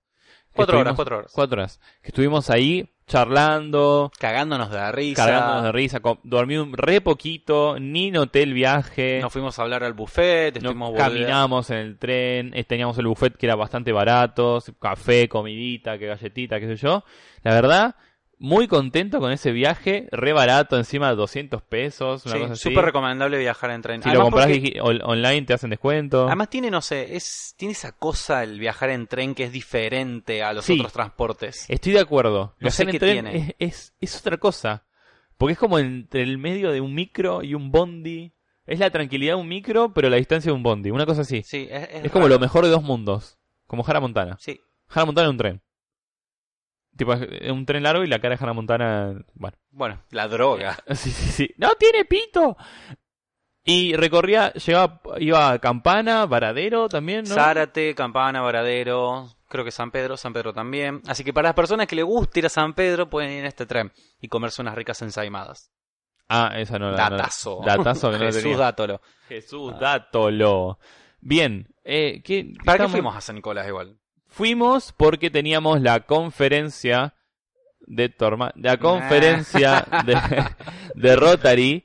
que
Cuatro horas,
estuvimos-
cuatro horas.
Cuatro horas. Que estuvimos ahí charlando,
Cagándonos de la risa.
cargándonos de risa. com- Dormí un re poquito, ni noté el viaje.
Nos fuimos a hablar al buffet,
no
estuvimos volviendo.
caminamos en el tren. eh, Teníamos el buffet que era bastante barato. Café, comidita, que galletita, qué sé yo. La verdad, muy contento con ese viaje. Re barato, encima de 200 pesos. Una
Sí,
cosa así.
súper recomendable viajar en tren.
Si lo
Además
compras
porque-
digi- on- online te hacen descuento.
Además tiene, no sé, es tiene esa cosa el viajar en tren que es diferente a los
Sí.
otros transportes.
Estoy de acuerdo.
No sé
Viajar en
qué
tren
tiene.
Es, es- es otra cosa. Porque es como entre el medio de un micro y un bondi. Es la tranquilidad de un micro, pero la distancia de un bondi. Una cosa así.
Sí, es,
Es como lo mejor de dos mundos. Como Hannah Montana.
Sí,
Hannah Montana es un tren. Tipo, es un tren largo y la cara de Hannah Montana. Bueno.
bueno, la droga.
Sí, sí, sí. ¡No tiene pito! Y recorría, llegaba, iba a Campana, Varadero también, ¿no?
Zárate, Campana, Varadero, creo que San Pedro, San Pedro también. Así que para las personas que les gusta ir a San Pedro pueden ir en este tren y comerse unas ricas ensaimadas.
Ah, esa no la. no la-
Datazo.
datazo que no la
Jesús,
tenía.
dátolo.
Jesús, dátolo. Bien, eh, ¿qué,
Ah. ¿Para
estamos-
qué fuimos a San Nicolás igual?
Fuimos porque teníamos la conferencia de tu herma-
Ah.
la conferencia de, de Rotary.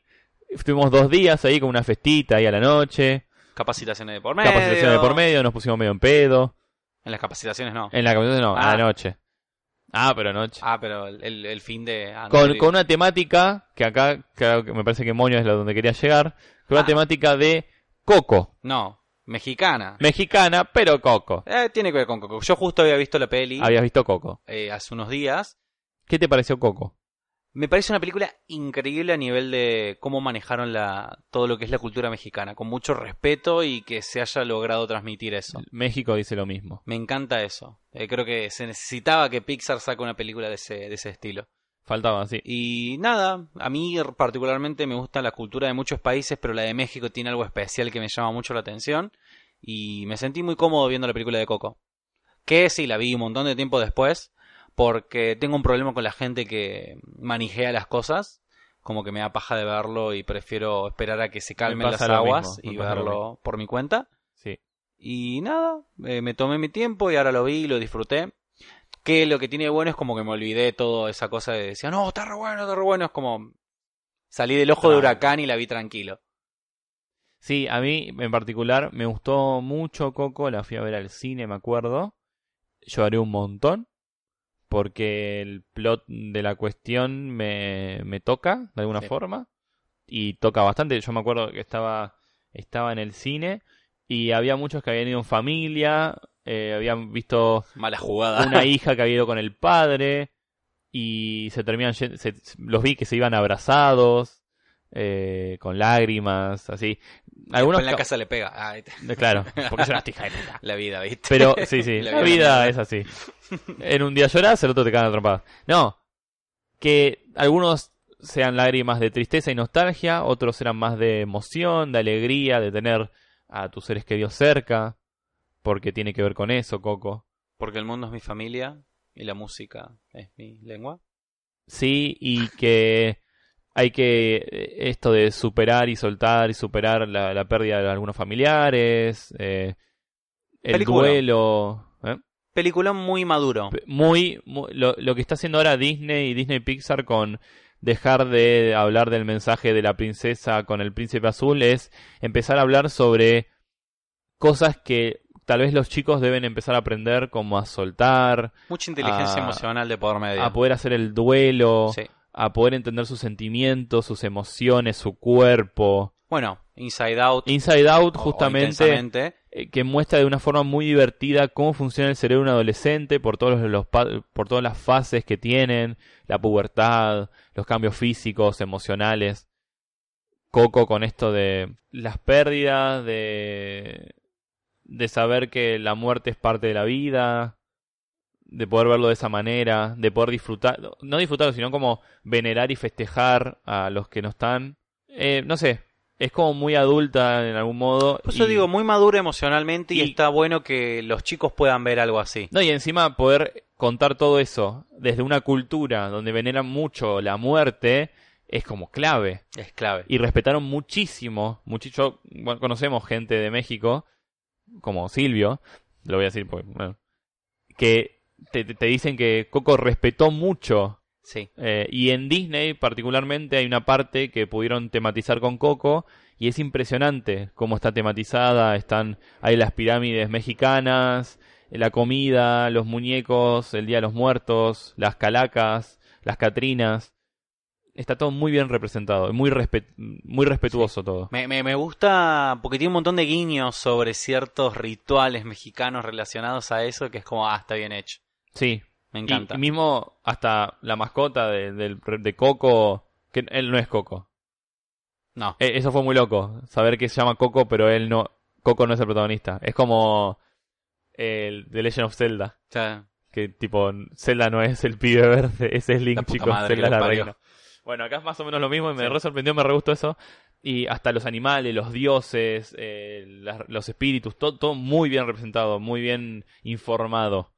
Estuvimos dos días ahí con una festita ahí a la noche,
Capacitaciones de por medio.
capacitaciones de por medio, Eh. nos pusimos medio en pedo.
En las capacitaciones no.
En la capacitación no, a
Ah.
la noche. Ah, pero anoche.
Ah, pero el, el- el fin de... ah, no,
con,
el-
con una temática que acá creo que me parece que Moño es la donde quería llegar, con una
Ah.
temática de coco,
No, mexicana.
mexicana, pero coco.
Eh, tiene que ver con Coco. Yo justo había visto la peli
Habías visto coco.
eh, hace unos días.
¿Qué te pareció Coco?
Me parece una película increíble a nivel de cómo manejaron la, todo lo que es la cultura mexicana, con mucho respeto y que se haya logrado transmitir eso.
México dice lo mismo.
Me encanta eso. Eh, creo que se necesitaba que Pixar saque una película de ese, de ese estilo.
Faltaba, sí.
Y nada, a mí particularmente me gusta la cultura de muchos países, pero la de México tiene algo especial que me llama mucho la atención. Y me sentí muy cómodo viendo la película de Coco. Que sí, la vi un montón de tiempo después, porque tengo un problema con la gente que manijea las cosas. Como que me da paja de verlo y prefiero esperar a que se calmen las
pasa lo
aguas
mismo, me
y
pasa lo
verlo por mi cuenta.
Sí.
Y nada, eh, me tomé mi tiempo y ahora lo vi, lo disfruté. Que lo que tiene de bueno es como que me olvidé toda esa cosa de decía, no, está re bueno, está re bueno. Es como salí del ojo de
Claro.
huracán y la vi tranquilo.
Sí, a mí en particular me gustó mucho Coco, la fui a ver al cine, me acuerdo. Lloré un montón porque el plot de la cuestión me, me toca de alguna
Sí.
forma y toca bastante. Yo me acuerdo que estaba, estaba en el cine y había muchos que habían ido en familia, eh, habían visto
Mala jugada.
una hija que había ido con el padre y se terminan yen- se- los vi que se iban abrazados eh, con lágrimas así
Después
algunos
en la
ca-
casa le pega. Ah, ahí te-
Eh, claro porque lloraste hija de puta
la vida, ¿viste?
pero sí sí
La
la
vida
vida es así en un día lloras el otro te cagan a trompadas no que algunos sean lágrimas de tristeza y nostalgia otros eran más de emoción de alegría de tener a tus seres queridos cerca porque tiene que ver con eso Coco
Porque el mundo es mi familia y la música es mi lengua.
Sí, y que hay que eh, esto de superar y soltar y superar la, la pérdida de algunos familiares, eh, el
Película.
duelo. ¿eh?
Película muy maduro.
P- Muy, mu- lo, lo que está haciendo ahora Disney y Disney Pixar con dejar de hablar del mensaje de la princesa con el príncipe azul es empezar a hablar sobre cosas que tal vez los chicos deben empezar a aprender como a soltar,
Mucha inteligencia
Ah,
emocional de por medio.
a poder hacer el duelo
Sí.
a poder entender sus sentimientos, sus emociones, su cuerpo.
Bueno, Inside Out.
Inside Out,
o- o
justamente,
intensamente,
eh, que muestra de una forma muy divertida cómo funciona el cerebro de un adolescente por, todos los, los pa- por todas las fases que tienen, la pubertad, los cambios físicos, emocionales. Coco con esto de las pérdidas, de, de saber que la muerte es parte de la vida, de poder verlo de esa manera, de poder disfrutar, no disfrutarlo, sino como venerar y festejar a los que no están. Eh, no sé, es como muy adulta en algún modo.
Por eso
y-
digo, muy maduro emocionalmente y,
y-
está bueno que los chicos puedan ver algo así.
No, y encima poder contar todo eso desde una cultura donde veneran mucho la muerte es como clave.
Es clave.
Y respetaron muchísimo, muchísimo, bueno, conocemos gente de México, como Silvio, lo voy a decir porque, bueno, que te, te- te dicen que Coco respetó mucho.
Sí.
eh, y en Disney particularmente hay una parte que pudieron tematizar con Coco y es impresionante cómo está tematizada, están, hay las pirámides mexicanas, la comida, los muñecos, el Día de los Muertos, las calacas, las catrinas. Está todo muy bien representado, y muy, respe- muy respetuoso todo.
Me, me, me gusta porque tiene un montón de guiños sobre ciertos rituales mexicanos relacionados a eso que es como, ah, está bien hecho.
Sí,
Me
y-
encanta.
Y, mismo hasta la mascota de, del- de Coco, que él no es Coco.
No,
Eh, Eso fue muy loco, saber que se llama Coco, pero él no, Coco no es el protagonista. Es como el The Legend of Zelda.
o sea,
que tipo Zelda no es el pibe verde, ese es Link,
La puta
chicos,
madre que
Zelda es
lo
la
parió.
reina. Bueno, acá es más o menos lo mismo y me
Sí.
re sorprendió, me re gustó eso. Y hasta los animales, los dioses, eh, las- los espíritus, todo, todo muy bien representado, muy bien informado.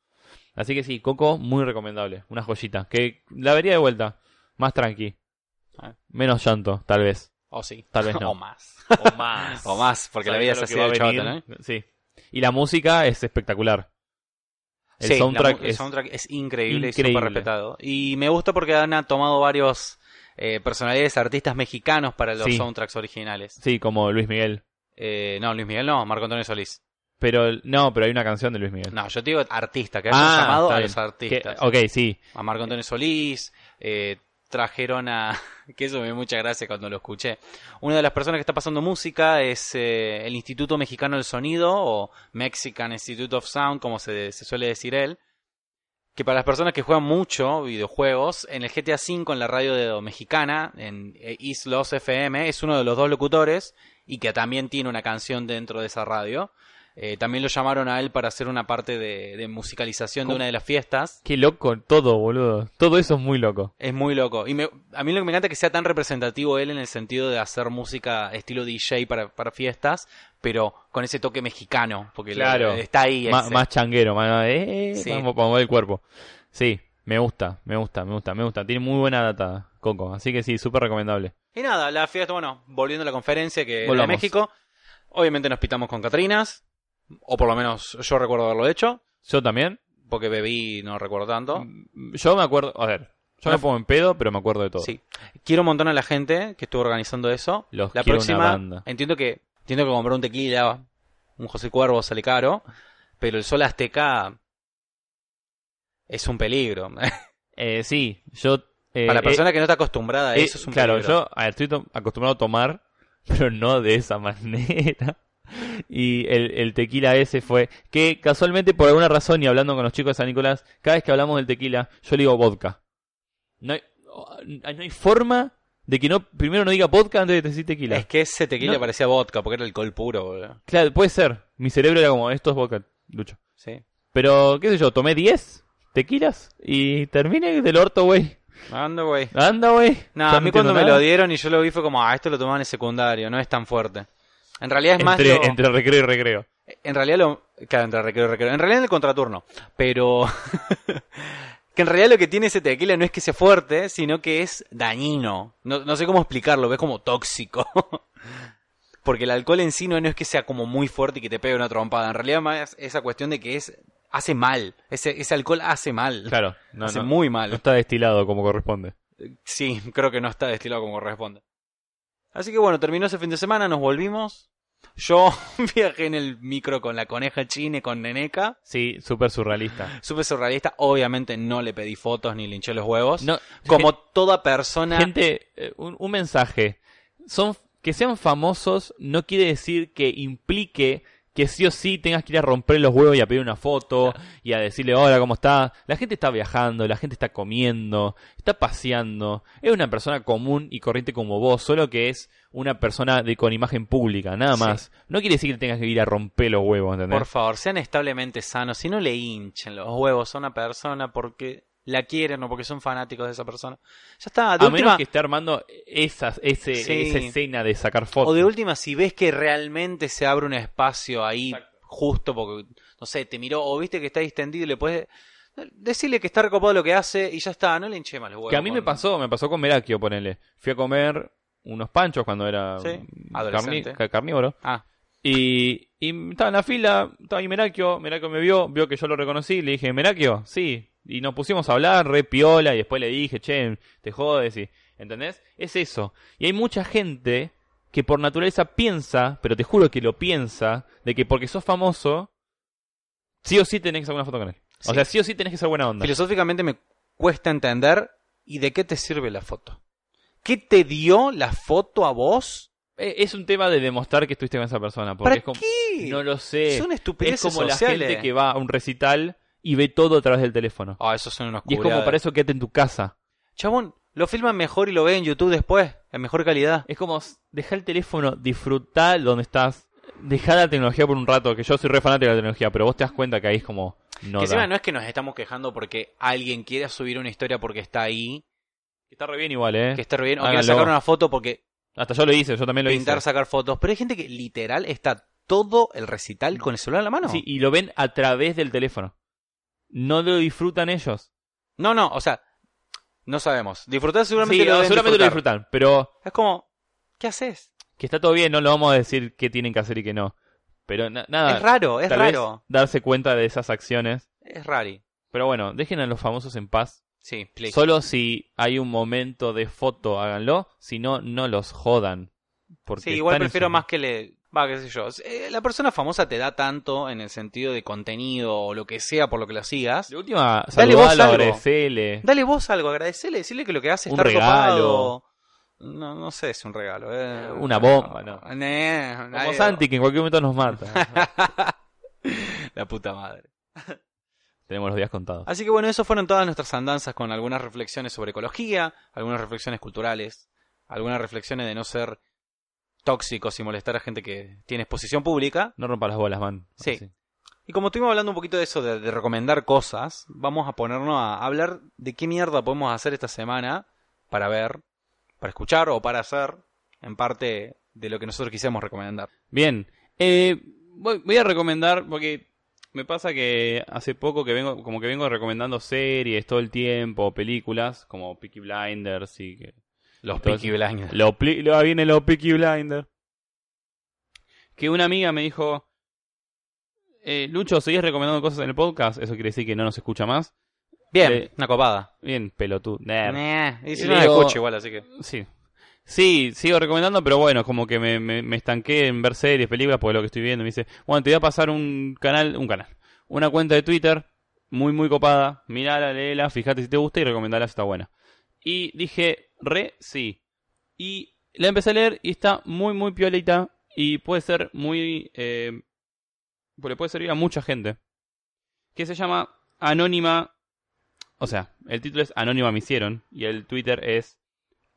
Así que sí, Coco, muy recomendable, una joyita, que la vería de vuelta, más tranqui,
Ah.
menos llanto, tal vez,
o sí.
tal vez no.
O más.
O más.
Pues O más, porque la vida es así
va a
de chota, ¿no?
venir. Sí. Y la música es espectacular. El
Sí, la mu-
soundtrack
el
es
soundtrack es increíble, y
increíble.
súper respetado. Y me gusta porque han tomado varios eh, personalidades, artistas mexicanos para los
Sí.
soundtracks originales.
Sí, como Luis Miguel.
Eh, no, Luis Miguel no, Marco Antonio Solís.
Pero no, pero hay una canción de Luis Miguel.
No, yo te digo artista, que han
Ah,
llamado
está
a
bien.
los
Que-
artistas.
ok, sí.
A Marco Antonio Solís, eh, trajeron a... que eso me dio mucha gracia cuando lo escuché. Una de las personas que está pasando música es eh, el Instituto Mexicano del Sonido, o Mexican Institute of Sound, como se, se suele decir él. Que para las personas que juegan mucho videojuegos, en el GTA V, en la radio de- mexicana, en eh, Islos FM, es uno de los dos locutores y que también tiene una canción dentro de esa radio. Eh, también lo llamaron a él para hacer una parte de, de musicalización de
¿Cómo?
una de las fiestas.
Qué loco todo, boludo. Todo eso es muy loco.
Es muy loco. Y me- a mí lo que me encanta es que sea tan representativo él en el sentido de hacer música estilo DJ para, para fiestas, pero con ese toque mexicano, porque lo-
Claro.
está ahí.
Ma-
ese.
más changuero, más, eh,
Sí.
vamos a mover el cuerpo. Sí, Me gusta, me gusta, me gusta, me gusta. Tiene muy buena data, Coco. Así que sí, súper recomendable.
Y nada, la fiesta, bueno, volviendo a la conferencia que era de
Volvamos.
México, obviamente nos pitamos con Catrinas, o por lo menos yo recuerdo haberlo hecho,
Yo también.
porque bebí, no recuerdo tanto.
Yo me acuerdo, a ver, yo me
No.
pongo en pedo, pero me acuerdo de todo.
Sí. Quiero un montón a la gente que estuvo organizando eso.
Los
la
quiero una
próxima,
banda.
entiendo que entiendo que compró un tequila, un José Cuervo sale caro, pero el Sol Azteca es un peligro.
Eh, sí, yo... eh,
Para la
eh,
persona que no está acostumbrada a
eh,
Ah, eso es un
Claro,
peligro.
yo a ver, estoy to- acostumbrado a tomar, pero no de esa manera. Y el, el tequila ese fue... Que casualmente, por alguna razón, y hablando con los chicos de San Nicolás, cada vez que hablamos del tequila, yo le digo vodka. No hay, oh, no hay forma de que no primero no diga vodka antes de decir tequila.
Es que ese tequila
No.
parecía vodka, porque era alcohol puro, boludo.
Claro, puede ser. Mi cerebro era como, esto es vodka, Lucho.
Sí.
Pero, qué sé yo, tomé 10 tequilas y terminé del orto, güey.
Ando, güey.
Anda, güey.
No, a mí cuando me lo dieron y yo lo vi fue como, ah, esto lo tomaban en secundario, no es tan fuerte. En realidad es más
entre,
lo-
entre recreo y recreo.
en realidad lo claro, entre recreo y recreo. En realidad en el contraturno, pero que en realidad lo que tiene ese tequila no es que sea fuerte, sino que es dañino. No, no sé cómo explicarlo, ves como tóxico. Porque el alcohol en sí no, no es que sea como muy fuerte y que te pegue una trompada. En realidad más esa cuestión de que es hace mal. Ese, ese alcohol hace mal.
Claro, no,
hace
no,
muy
no
mal.
está destilado como corresponde.
Sí, creo que no está destilado como corresponde. Así que bueno, terminó ese fin de semana, nos volvimos. Yo viajé en el micro con la coneja chine, con Neneca.
Sí, súper surrealista.
Supe surrealista, obviamente no le pedí fotos ni le hinché los huevos.
No,
como toda persona.
gente, eh, un, un mensaje. Son, que sean famosos no quiere decir que implique que sí o sí tengas que ir a romper los huevos y a pedir una foto y a decirle hola, ¿cómo estás? La gente está viajando, la gente está comiendo, está paseando. Es una persona común y corriente como vos, solo que es una persona de, con imagen pública, nada
Sí.
más. No quiere decir que tengas que ir a romper los huevos, ¿entendés?
Por favor, sean establemente sanos. Si no le hinchen los huevos a una persona porque la quieren o porque son fanáticos de esa persona. Ya está, de
a
última.
menos que esté armando esas, ese,
Sí.
esa escena de sacar fotos.
O de última, si ves que realmente se abre un espacio ahí justo porque, no sé, te miró o viste que está distendido y le puedes... Decirle que está recopado lo que hace y ya está, no le hinche más los huevos.
que a mí me
con-
pasó, me pasó con Merakio, ponele. Fui a comer unos panchos cuando era
Sí,
mm,
adolescente.
carni- ca- carnívoro.
Ah,
Y, y estaba en la fila, estaba ahí Merakio, Merakio me vio, vio que yo lo reconocí, le dije, Merakio, sí. Y nos pusimos a hablar, re piola, y después le dije, che, te jodes, y, ¿entendés? Es eso. Y hay mucha gente que por naturaleza piensa, pero te juro que lo piensa, de que porque sos famoso, sí o sí tenés que sacar una foto con él.
Sí.
O sea, sí o sí tenés que ser buena onda.
filosóficamente me cuesta entender y de qué te sirve la foto. ¿Qué te dio la foto a vos?
Eh, Es un tema de demostrar que estuviste con esa persona. Porque
¿Para
es como,
qué?
No lo sé.
Son
Es
estupideces
como la
sociales.
gente que va a un recital y ve todo a través del teléfono.
Ah, esos son unos
y es como
culiados.
para eso quédate en tu casa.
Chabón, lo filman mejor y lo ven en YouTube después, en mejor calidad.
Es como s- deja el teléfono, disfrutar donde estás, deja la tecnología por un rato, que yo soy re fanático de la tecnología, pero vos te das cuenta que ahí es como no
que
da.
encima no es que nos estamos quejando porque alguien quiera subir una historia porque está ahí.
Que está re bien igual, eh.
que estar bien, o
Háganlo.
quieren sacar una foto porque
Hasta yo lo hice, yo también lo
pintar,
hice.
sacar fotos. Pero hay gente que literal está todo el recital con el celular en la mano.
Sí, y lo ven a través del teléfono. No lo disfrutan ellos.
No, no, o sea, no sabemos. Disfrutar seguramente
sí,
lo deben
seguramente lo
disfrutar.
disfrutan, pero
Es como, ¿qué haces?
que está todo bien, no lo vamos a decir qué tienen que hacer y qué no. Pero na- nada,
es raro, es
tal
raro.
vez darse cuenta de esas acciones.
Es rari.
Pero bueno, dejen a los famosos en paz.
Sí, please.
Solo si hay un momento de foto, háganlo. Si no, no los jodan. Porque
Sí, igual
están en
prefiero
su-
más que le... Va, qué sé yo. Eh, La persona famosa te da tanto en el sentido de contenido o lo que sea por lo que lo sigas.
De última,
Dale vos
saludalo,
algo.
agradecele.
Dale vos algo, agradecele, decirle que lo que hace
Un
está
regalo.
recopado. No, no sé si es un regalo. eh.
Una bomba, no.
Eh,
Como
nadie-
Santi, que en cualquier momento nos mata.
La puta madre.
Tenemos los días contados.
Así que bueno, eso fueron todas nuestras andanzas con algunas reflexiones sobre ecología, algunas reflexiones culturales, algunas reflexiones de no ser tóxicos y molestar a gente que tiene exposición pública.
No rompa las bolas, man.
Sí.
Así.
Y como estuvimos hablando un poquito de eso, de, de recomendar cosas, vamos a ponernos a hablar de qué mierda podemos hacer esta semana para ver, para escuchar o para hacer en parte de lo que nosotros quisiéramos recomendar.
Bien. eh, voy, voy a recomendar, porque Me pasa que hace poco que vengo, como que vengo recomendando series todo el tiempo, películas, como Peaky Blinders y que.
Los
Entonces-
Peaky Blinders.
Lo, pli- lo- ahí viene los Peaky Blinders. Que una amiga me dijo. eh, Lucho, ¿seguís recomendando cosas en el podcast? Eso quiere decir que no nos escucha más.
Bien,
Eh,
una copada.
Bien, pelotudo. nerd.
Nah, y si
Y
no, la
Eh. digo-
escucho igual, así que.
Sí. Sí, sigo recomendando, pero bueno, como que me, me, me estanqué en ver series, películas, por lo que estoy viendo. Me dice, bueno, te voy a pasar un canal, un canal, una cuenta de Twitter muy, muy copada. Mirala, léela, fíjate si te gusta y recomendala si está buena. Y dije, re, sí. Y la empecé a leer y está muy, muy piolita y puede ser muy... Eh, pues le puede servir a mucha gente. Que se llama Anónima... O sea, el título es Anónima me hicieron y el Twitter es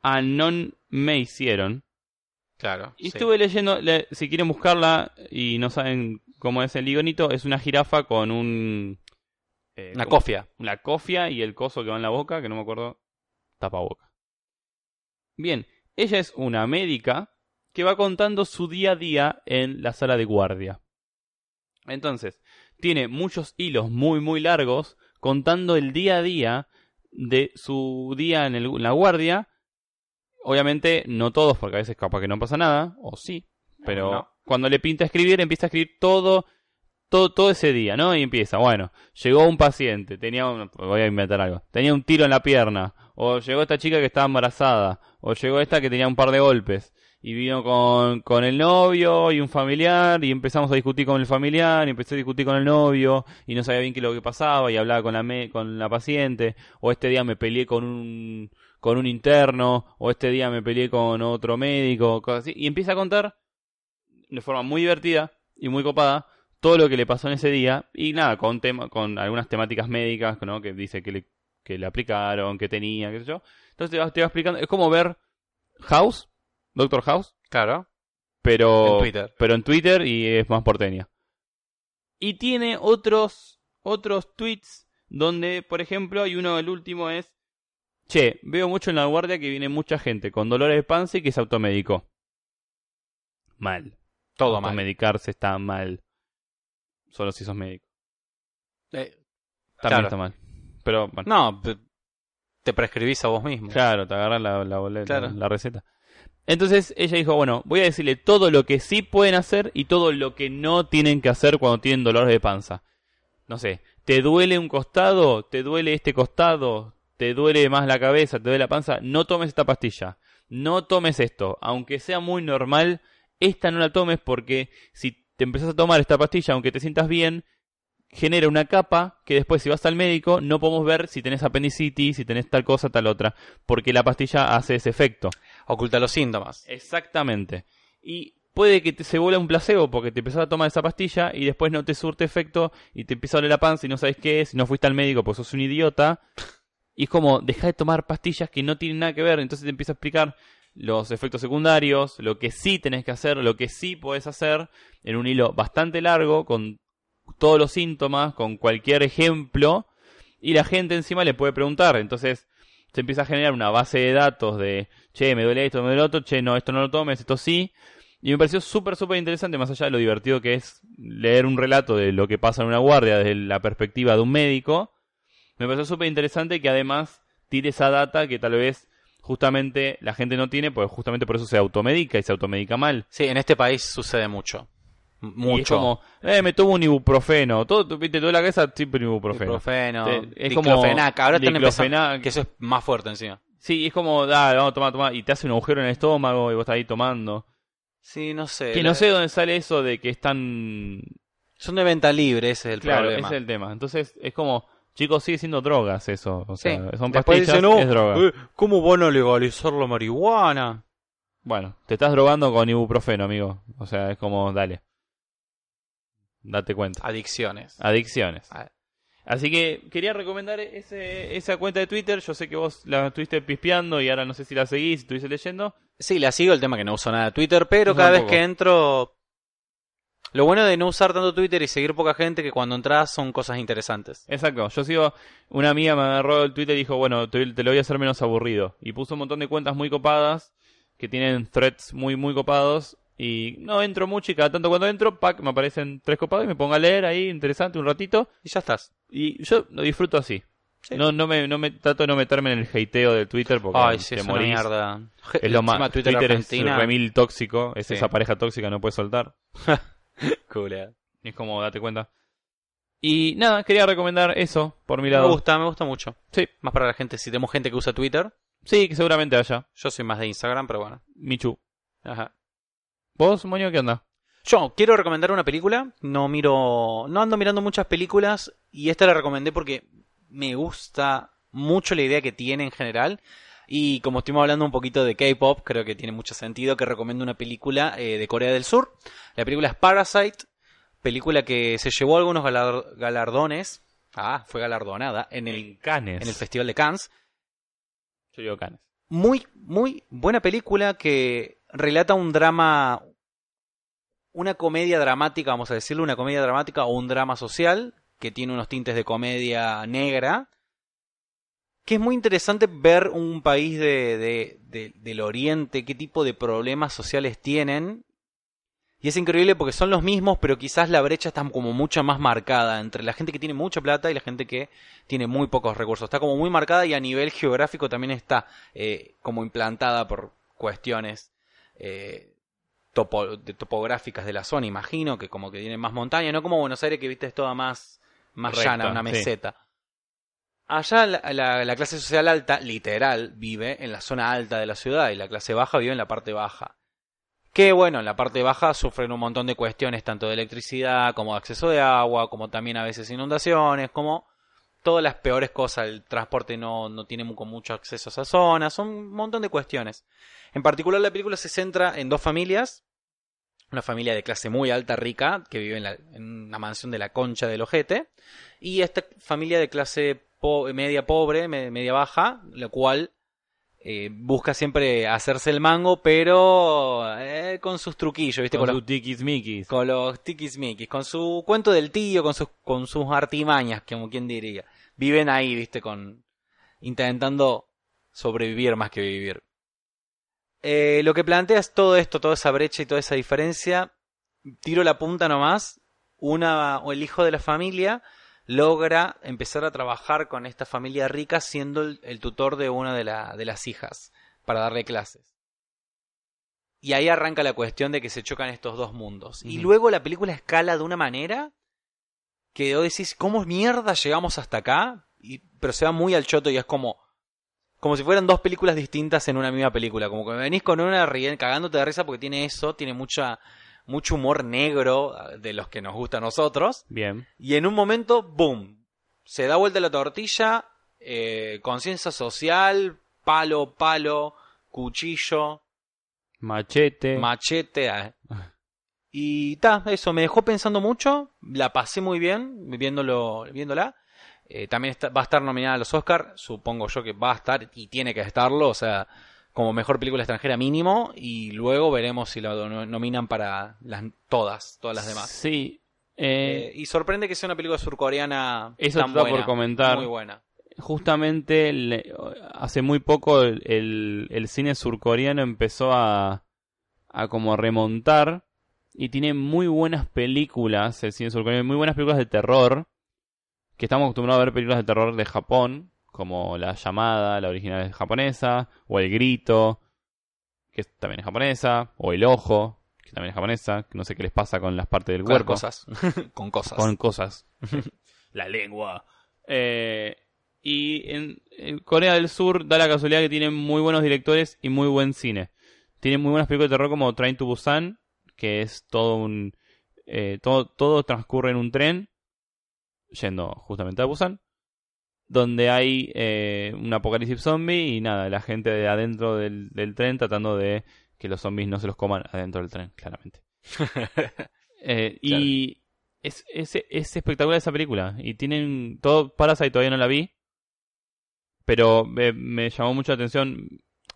Anon me hicieron.
Claro.
Y
sí.
estuve leyendo, le- si quieren buscarla y no saben cómo es el ligonito, es una jirafa con un... eh,
Una
como-
cofia.
la cofia y el coso que va en la boca, que no me acuerdo, tapaboca. Bien, ella es una médica que va contando su día a día en la sala de guardia. Entonces, tiene muchos hilos muy muy largos contando el día a día de su día en, el- en la guardia. Obviamente no todos, porque a veces capaz que no pasa nada, o sí, pero
No.
cuando le pinta escribir, empieza a escribir todo, todo, todo ese día, ¿no? Y empieza, bueno, llegó un paciente, tenía un, voy a inventar algo, tenía un tiro en la pierna, o llegó esta chica que estaba embarazada, o llegó esta que tenía un par de golpes, y vino con, con el novio y un familiar, y empezamos a discutir con el familiar, y empecé a discutir con el novio, y no sabía bien qué es lo que pasaba, y hablaba con la, me- con la paciente, o este día me peleé con un con un interno, o este día me peleé con otro médico, cosas así, y empieza a contar de forma muy divertida y muy copada todo lo que le pasó en ese día y nada, con, tema, con algunas temáticas médicas, ¿no? Que dice que le, que le aplicaron, que tenía, qué sé yo. Entonces te va, te va explicando, es como ver House, Doctor House,
Claro.
pero
En Twitter.
pero en Twitter y es más porteña. Y tiene otros otros tweets donde, por ejemplo, hay uno el último es Che, veo mucho en la guardia que viene mucha gente con dolores de panza y que se automedicó. Mal.
Todo mal.
Medicarse está mal. Solo si sos médico.
Eh, Claro.
También está mal. Pero bueno.
no, pe- te prescribís a vos mismo.
Claro, te agarran la, la boleta,
Claro.
la receta. Entonces ella dijo, bueno, voy a decirle todo lo que sí pueden hacer y todo lo que no tienen que hacer cuando tienen dolores de panza. No sé, ¿te duele un costado? ¿Te duele este costado? ¿Te duele más la cabeza? ¿Te duele la panza? No tomes esta pastilla. No tomes esto. Aunque sea muy normal, esta no la tomes porque si te empezás a tomar esta pastilla, aunque te sientas bien, genera una capa que después si vas al médico no podemos ver si tenés apendicitis, si tenés tal cosa, tal otra, porque la pastilla hace ese efecto.
Oculta los síntomas.
Exactamente. Y puede que te se vuelva un placebo porque te empezás a tomar esa pastilla y después no te surte efecto y te empieza a doler la panza y no sabes qué es, y no fuiste al médico porque sos un idiota. Y es como, deja de tomar pastillas que no tienen nada que ver. Entonces te empieza a explicar los efectos secundarios, lo que sí tenés que hacer, lo que sí podés hacer, en un hilo bastante largo, con todos los síntomas, con cualquier ejemplo. Y la gente encima le puede preguntar. Entonces se empieza a generar una base de datos de, che, me duele esto, me duele lo otro, che, no, esto no lo tomes, esto sí. Y me pareció súper, súper interesante, más allá de lo divertido que es leer un relato de lo que pasa en una guardia desde la perspectiva de un médico. Me pareció súper interesante que además tire esa data que tal vez justamente la gente no tiene, pues justamente por eso se automedica y se automedica mal.
Sí, en este país sucede mucho. M-
Y
Mucho.
es como, eh, me tomo un ibuprofeno. Todo, viste, toda la cabeza siempre un ibuprofeno.
Ibuprofeno.
Te- es como
diclofenac. Ahora están empezando.
diclofenac.
Que eso es más fuerte encima.
Sí, es como, dale, vamos, toma, toma. Y te hace un agujero en el estómago y vos estás ahí tomando.
Sí, no sé.
Que
Eh, La-
no sé dónde sale eso de que es tan
Son de venta libre, ese es el
claro,
problema.
ese es el tema. Entonces, es como, chicos, sigue siendo drogas eso. O sea,
Sí.
son
Después
pastillas,
dicen, "Oh,
es droga.
eh, ¿Cómo van a legalizar la marihuana?
Bueno, te estás drogando con ibuprofeno, amigo. O sea, es como, dale. Date cuenta.
Adicciones.
Adicciones.
Ah.
Así que quería recomendar ese, esa cuenta de Twitter. Yo sé que vos la estuviste pispeando y ahora no sé si la seguís, si estuviste leyendo.
Sí, la sigo, el tema que no uso nada de Twitter, pero
Yo
cada vez
tampoco.
que entro... Lo bueno de no usar tanto Twitter y seguir poca gente que cuando entras son cosas interesantes.
Exacto, yo sigo, una amiga me agarró el Twitter y dijo, bueno, te, te lo voy a hacer menos aburrido. Y puso un montón de cuentas muy copadas, que tienen threads muy, muy copados, Y no entro mucho y cada tanto cuando entro, pac, me aparecen tres copados y me pongo a leer ahí, interesante, un ratito.
Y ya estás.
Y yo lo disfruto así.
Sí.
No, no me, no me trato de no meterme en el hateo de Twitter porque
Ay,
te
sí, es una
morís.
mierda.
Es lo
Encima
más.
Twitter,
Twitter,
Argentina.
es remil tóxico. Es
Sí.
esa pareja tóxica, no puede soltar.
Culea.
Es como, date cuenta. Y nada, quería recomendar eso por mi
Me
lado.
gusta, me gusta mucho.
Sí.
Más para la gente, si tenemos gente que usa Twitter.
Sí, que seguramente haya.
Yo soy más de Instagram, pero bueno.
Michu.
Ajá.
¿Vos, Moño, qué onda?
Yo quiero recomendar una película. No miro. No ando mirando muchas películas. Y esta la recomendé porque me gusta mucho la idea que tiene en general. Y como estuvimos hablando un poquito de K-pop, creo que tiene mucho sentido que recomiendo una película eh, de Corea del Sur. La película es Parasite, película que se llevó algunos galar- galardones. Ah, fue galardonada en el,
Canes.
en el Festival de Cannes.
Yo digo Canes.
muy, muy buena película que relata un drama, una comedia dramática, vamos a decirlo, una comedia dramática o un drama social que tiene unos tintes de comedia negra, que es muy interesante ver un país de, de- de- del Oriente, qué tipo de problemas sociales tienen. Y es increíble porque son los mismos, pero quizás la brecha está como mucho más marcada entre la gente que tiene mucha plata y la gente que tiene muy pocos recursos. Está como muy marcada y a nivel geográfico también está eh, como implantada por cuestiones eh, topo- de topográficas de la zona, imagino, que como que tienen más montaña, no como Buenos Aires que viste es toda más, más
Recta,
llana, una
sí.
meseta. Allá la, la- la clase social alta, literal, vive en la zona alta de la ciudad y la clase baja vive en la parte baja. Que bueno, en la parte baja sufren un montón de cuestiones, tanto de electricidad como de acceso de agua, como también a veces inundaciones, como todas las peores cosas. El transporte no, no tiene mu- con mucho acceso a esa zona. Son un montón de cuestiones. En particular, la película se centra en dos familias. Una familia de clase muy alta, rica, que vive en, la- en una mansión de la concha del ojete. Y esta familia de clase po- media pobre, me- media baja, la cual eh, busca siempre hacerse el mango, pero eh, con sus truquillos, ¿viste?
Con
Con los-
sus tiquismiquis.
con los tiquismiquis, con su cuento del tío, con sus, con sus artimañas, como quien diría. Viven ahí, viste, con. intentando sobrevivir más que vivir. Eh, lo que plantea es todo esto, toda esa brecha y toda esa diferencia. Tiro la punta nomás. Una, o el hijo de la familia logra empezar a trabajar con esta familia rica siendo el, el tutor de una de, la- de las hijas para darle clases. Y ahí arranca la cuestión de que se chocan estos dos mundos. Y
Ujú.
luego la película escala de una manera que hoy decís, ¿cómo mierda llegamos hasta acá? Y, pero se va muy al choto y es como, como si fueran dos películas distintas en una misma película. Como que venís con una riendo, cagándote de risa porque tiene eso, tiene mucha, mucho humor negro eh, de los que nos gusta a nosotros.
Bien.
Y en un momento, ¡boom! Se da vuelta la tortilla, eh, conciencia social, palo, palo, cuchillo,
Machete.
machete. ah. Y ta, eso, me dejó pensando mucho, la pasé muy bien viéndolo, viéndola. Eh, también está- va a estar nominada a los Oscar, supongo yo que va a estar y tiene que estarlo, o sea, como mejor película extranjera mínimo, y luego veremos si la no- nominan para las todas, todas las demás.
Sí.
Eh,
Eh,
y sorprende que sea una película surcoreana
Eso
tan
te da
buena,
por comentar.
Muy buena.
justamente le- hace muy poco el, el- el cine surcoreano empezó a, a como remontar y tiene muy buenas películas, el cine surcoreano, muy buenas películas de terror, que estamos acostumbrados a ver películas de terror de Japón, como La llamada, la original es japonesa, o El grito, que es- también es japonesa, o El ojo, que también es japonesa, que no sé qué les pasa con las partes del
Con
cuerpo
cosas. Con cosas.
con cosas. la lengua. Eh, y en, en Corea del Sur da la casualidad que tienen muy buenos directores y muy buen cine. Tienen muy buenas películas de terror como Train to Busan, que es todo un... eh, todo, todo transcurre en un tren, yendo justamente a Busan, donde hay eh, un apocalipsis zombie y nada, la gente de adentro del, del tren tratando de que los zombies no se los coman adentro del tren, claramente. Eh, Y es, es- es espectacular esa película. Y tienen todo Parasite, todavía no la vi. Pero me, me llamó mucho la atención.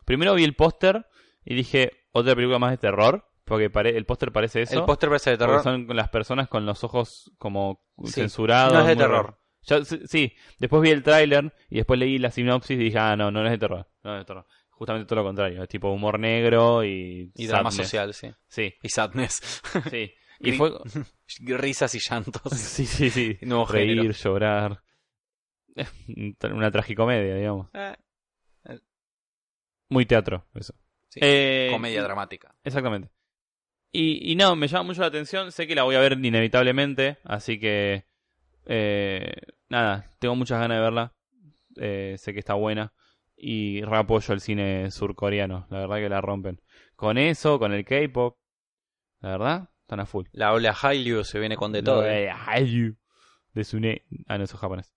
Primero vi el póster y dije, otra película más de terror. Porque pare- el póster parece eso.
El póster parece de
porque
terror.
son con las personas con los ojos como
Sí,
censurados.
no es de
muy raro.
terror.
Ya, sí, sí. después vi el tráiler y después leí la sinopsis y dije, ah, no, no es de terror. No es de terror. justamente todo lo contrario. Es tipo humor negro y.
Y drama
sadness.
social, sí.
Sí,
Y sadness.
sí. Y
Gri-
fue.
Risas y llantos.
Sí, sí, sí.
Nuevo
Reír,
género.
llorar. Una tragicomedia, digamos.
Eh,
Muy teatro, eso.
sí,
Eh,
Comedia dramática.
Exactamente. Y, y no, me llama mucho la atención. Sé que la voy a ver inevitablemente, así que. eh, nada, tengo muchas ganas de verla. Eh, sé que está buena. Y reapoyo el cine surcoreano. La verdad que la rompen. Con eso, con el K-pop. La verdad, están a full.
La ola Hallyu se viene con de todo.
Lo
eh.
de Hallyu, de Sune. Ah, no, eso es japonés.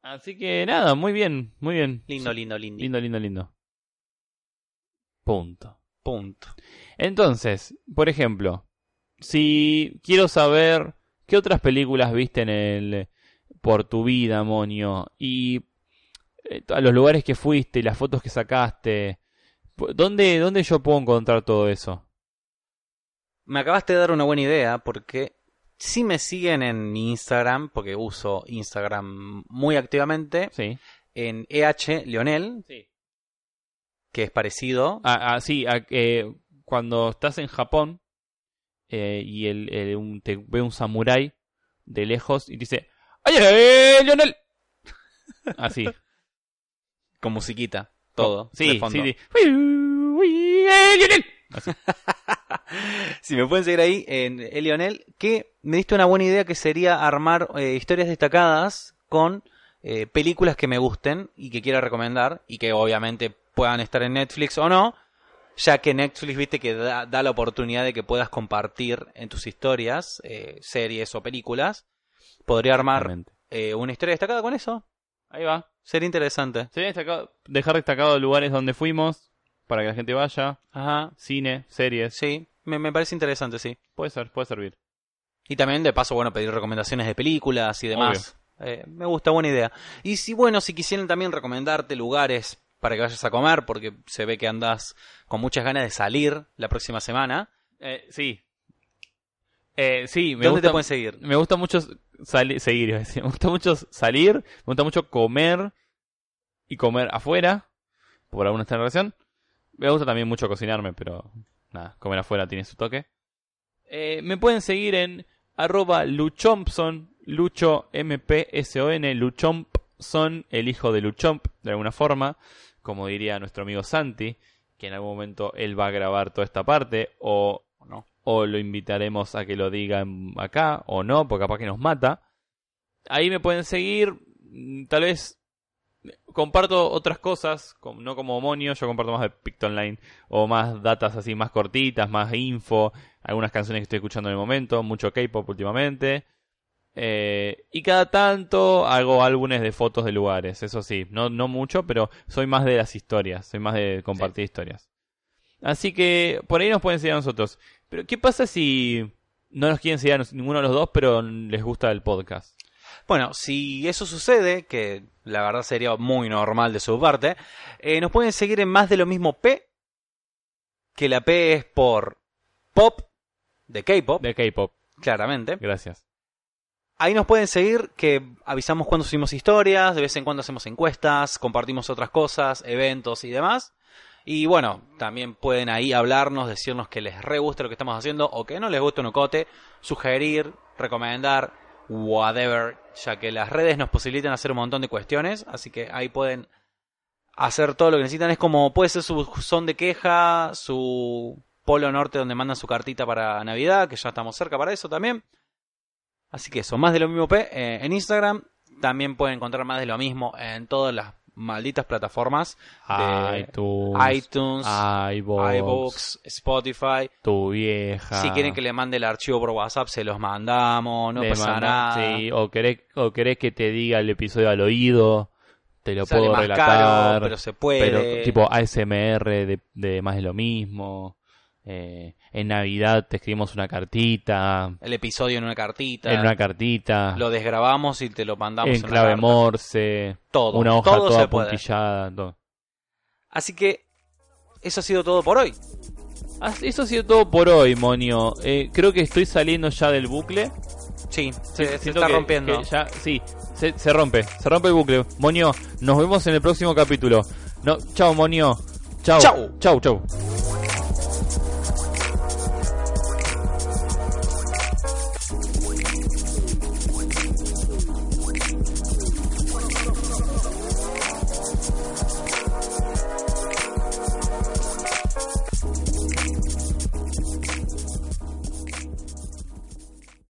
Así que nada, muy bien, muy bien.
Lindo, lindo, lindo.
Lindo, lindo, lindo. Punto.
Punto.
Entonces, por ejemplo, si quiero saber qué otras películas viste en el por tu vida, Monio, y eh, a los lugares que fuiste, y las fotos que sacaste, po- ¿dónde, dónde yo puedo encontrar todo eso?
Me acabaste de dar una buena idea porque si me siguen en mi Instagram, porque uso Instagram muy activamente,
Sí.
en EH Lionel,
Sí.
que es parecido.
Ah, ah, sí, ah, eh, cuando estás en Japón eh, y el, el- un- te ve un samurái de lejos y te dice ¡Ay, eh, Lionel! Así.
con musiquita, todo.
Oh, Sí,
de fondo.
sí, sí. Uy, uy, eh, Lionel.
Si me pueden seguir ahí en eh, Lionel, que me diste una buena idea que sería armar eh, historias destacadas con eh, películas que me gusten y que quiera recomendar y que obviamente puedan estar en Netflix o no, ya que Netflix, viste, que da, da la oportunidad de que puedas compartir en tus historias eh, series o películas. Podría armar
Exactamente.
eh, una historia destacada con eso.
Ahí va.
Sería interesante.
Sería destacado- dejar destacados lugares donde fuimos para que la gente vaya.
Ajá.
Cine, series.
Sí, me- me parece interesante, sí.
Puede ser, puede servir.
Y también, de paso, bueno, pedir recomendaciones de películas y demás. Eh, me gusta, buena idea. Y si, bueno, si quisieran también recomendarte lugares para que vayas a comer, porque se ve que andás con muchas ganas de salir la próxima semana,
Eh, sí. Eh, sí, me
¿dónde te
gusta,
pueden seguir?
me gusta mucho salir, seguir, iba a decir. me gusta mucho salir, me gusta mucho comer y comer afuera, por alguna extraña relación. Me gusta también mucho cocinarme, pero nada, comer afuera tiene su toque. Eh, me pueden seguir en arroba luchompson, lucho M-P-S-O-N, luchompson, el hijo de luchomp, de alguna forma, como diría nuestro amigo Santi, que en algún momento él va a grabar toda esta parte, o
¿O no?
o lo invitaremos a que lo digan acá o no, porque capaz que nos mata. Ahí me pueden seguir, mm, tal vez comparto otras cosas, com- no como Monio, yo comparto más de Pictonline o más datas así más cortitas, más info, algunas canciones que estoy escuchando en el momento, mucho K-pop últimamente. Eh, y cada tanto hago álbumes de fotos de lugares, eso sí, no, no mucho, pero soy más de las historias, soy más de compartir historias. Así que por ahí nos pueden seguir a nosotros. Pero ¿qué pasa si no nos quieren seguir a nos- ninguno de los dos, pero les gusta el podcast?
Bueno, si eso sucede, que la verdad sería muy normal de su parte, eh, nos pueden seguir en más de lo mismo P, que la P es por pop, de K-pop,
De K-pop,
claramente.
gracias.
Ahí nos pueden seguir, que avisamos cuando subimos historias, de vez en cuando hacemos encuestas, compartimos otras cosas, eventos y demás. Y bueno, también pueden ahí hablarnos, decirnos que les re gusta lo que estamos haciendo o que no les gusta un ocote, sugerir, recomendar, whatever, ya que las redes nos posibilitan hacer un montón de cuestiones, así que ahí pueden hacer todo lo que necesitan. Es como puede ser su son de queja, su polo norte donde mandan su cartita para Navidad, que ya estamos cerca para eso también. Así que eso, más de lo mismo P eh, en Instagram. También pueden encontrar más de lo mismo en todas las malditas plataformas. De
iTunes,
iTunes,
iVoox,
iBooks, Spotify.
tu vieja.
Si quieren que le mande el archivo por WhatsApp, se los mandamos, no
Le
pasa
manda-
nada.
sí, o querés, o querés que te diga el episodio al oído, te lo
Sale
puedo
más
relatar.
caro, pero se puede.
pero tipo ASMR de, de más de lo mismo. Eh, en Navidad te escribimos una cartita.
el episodio en una cartita.
En una cartita.
Lo desgrabamos y te lo mandamos
en
una
clave
carta.
morse.
Todo,
Una hoja
todo se
toda
puede.
puntillada. todo.
Así que eso ha sido todo por hoy.
Ah, Eso ha sido todo por hoy, Monio. Eh, creo que estoy saliendo ya del bucle.
Sí, se, se
Siento
está
que-
rompiendo.
que ya- sí, se, se rompe. Se rompe el bucle. Monio, nos vemos en el próximo capítulo. No, chao, Monio. Chau.
Chau.
Chau, chau.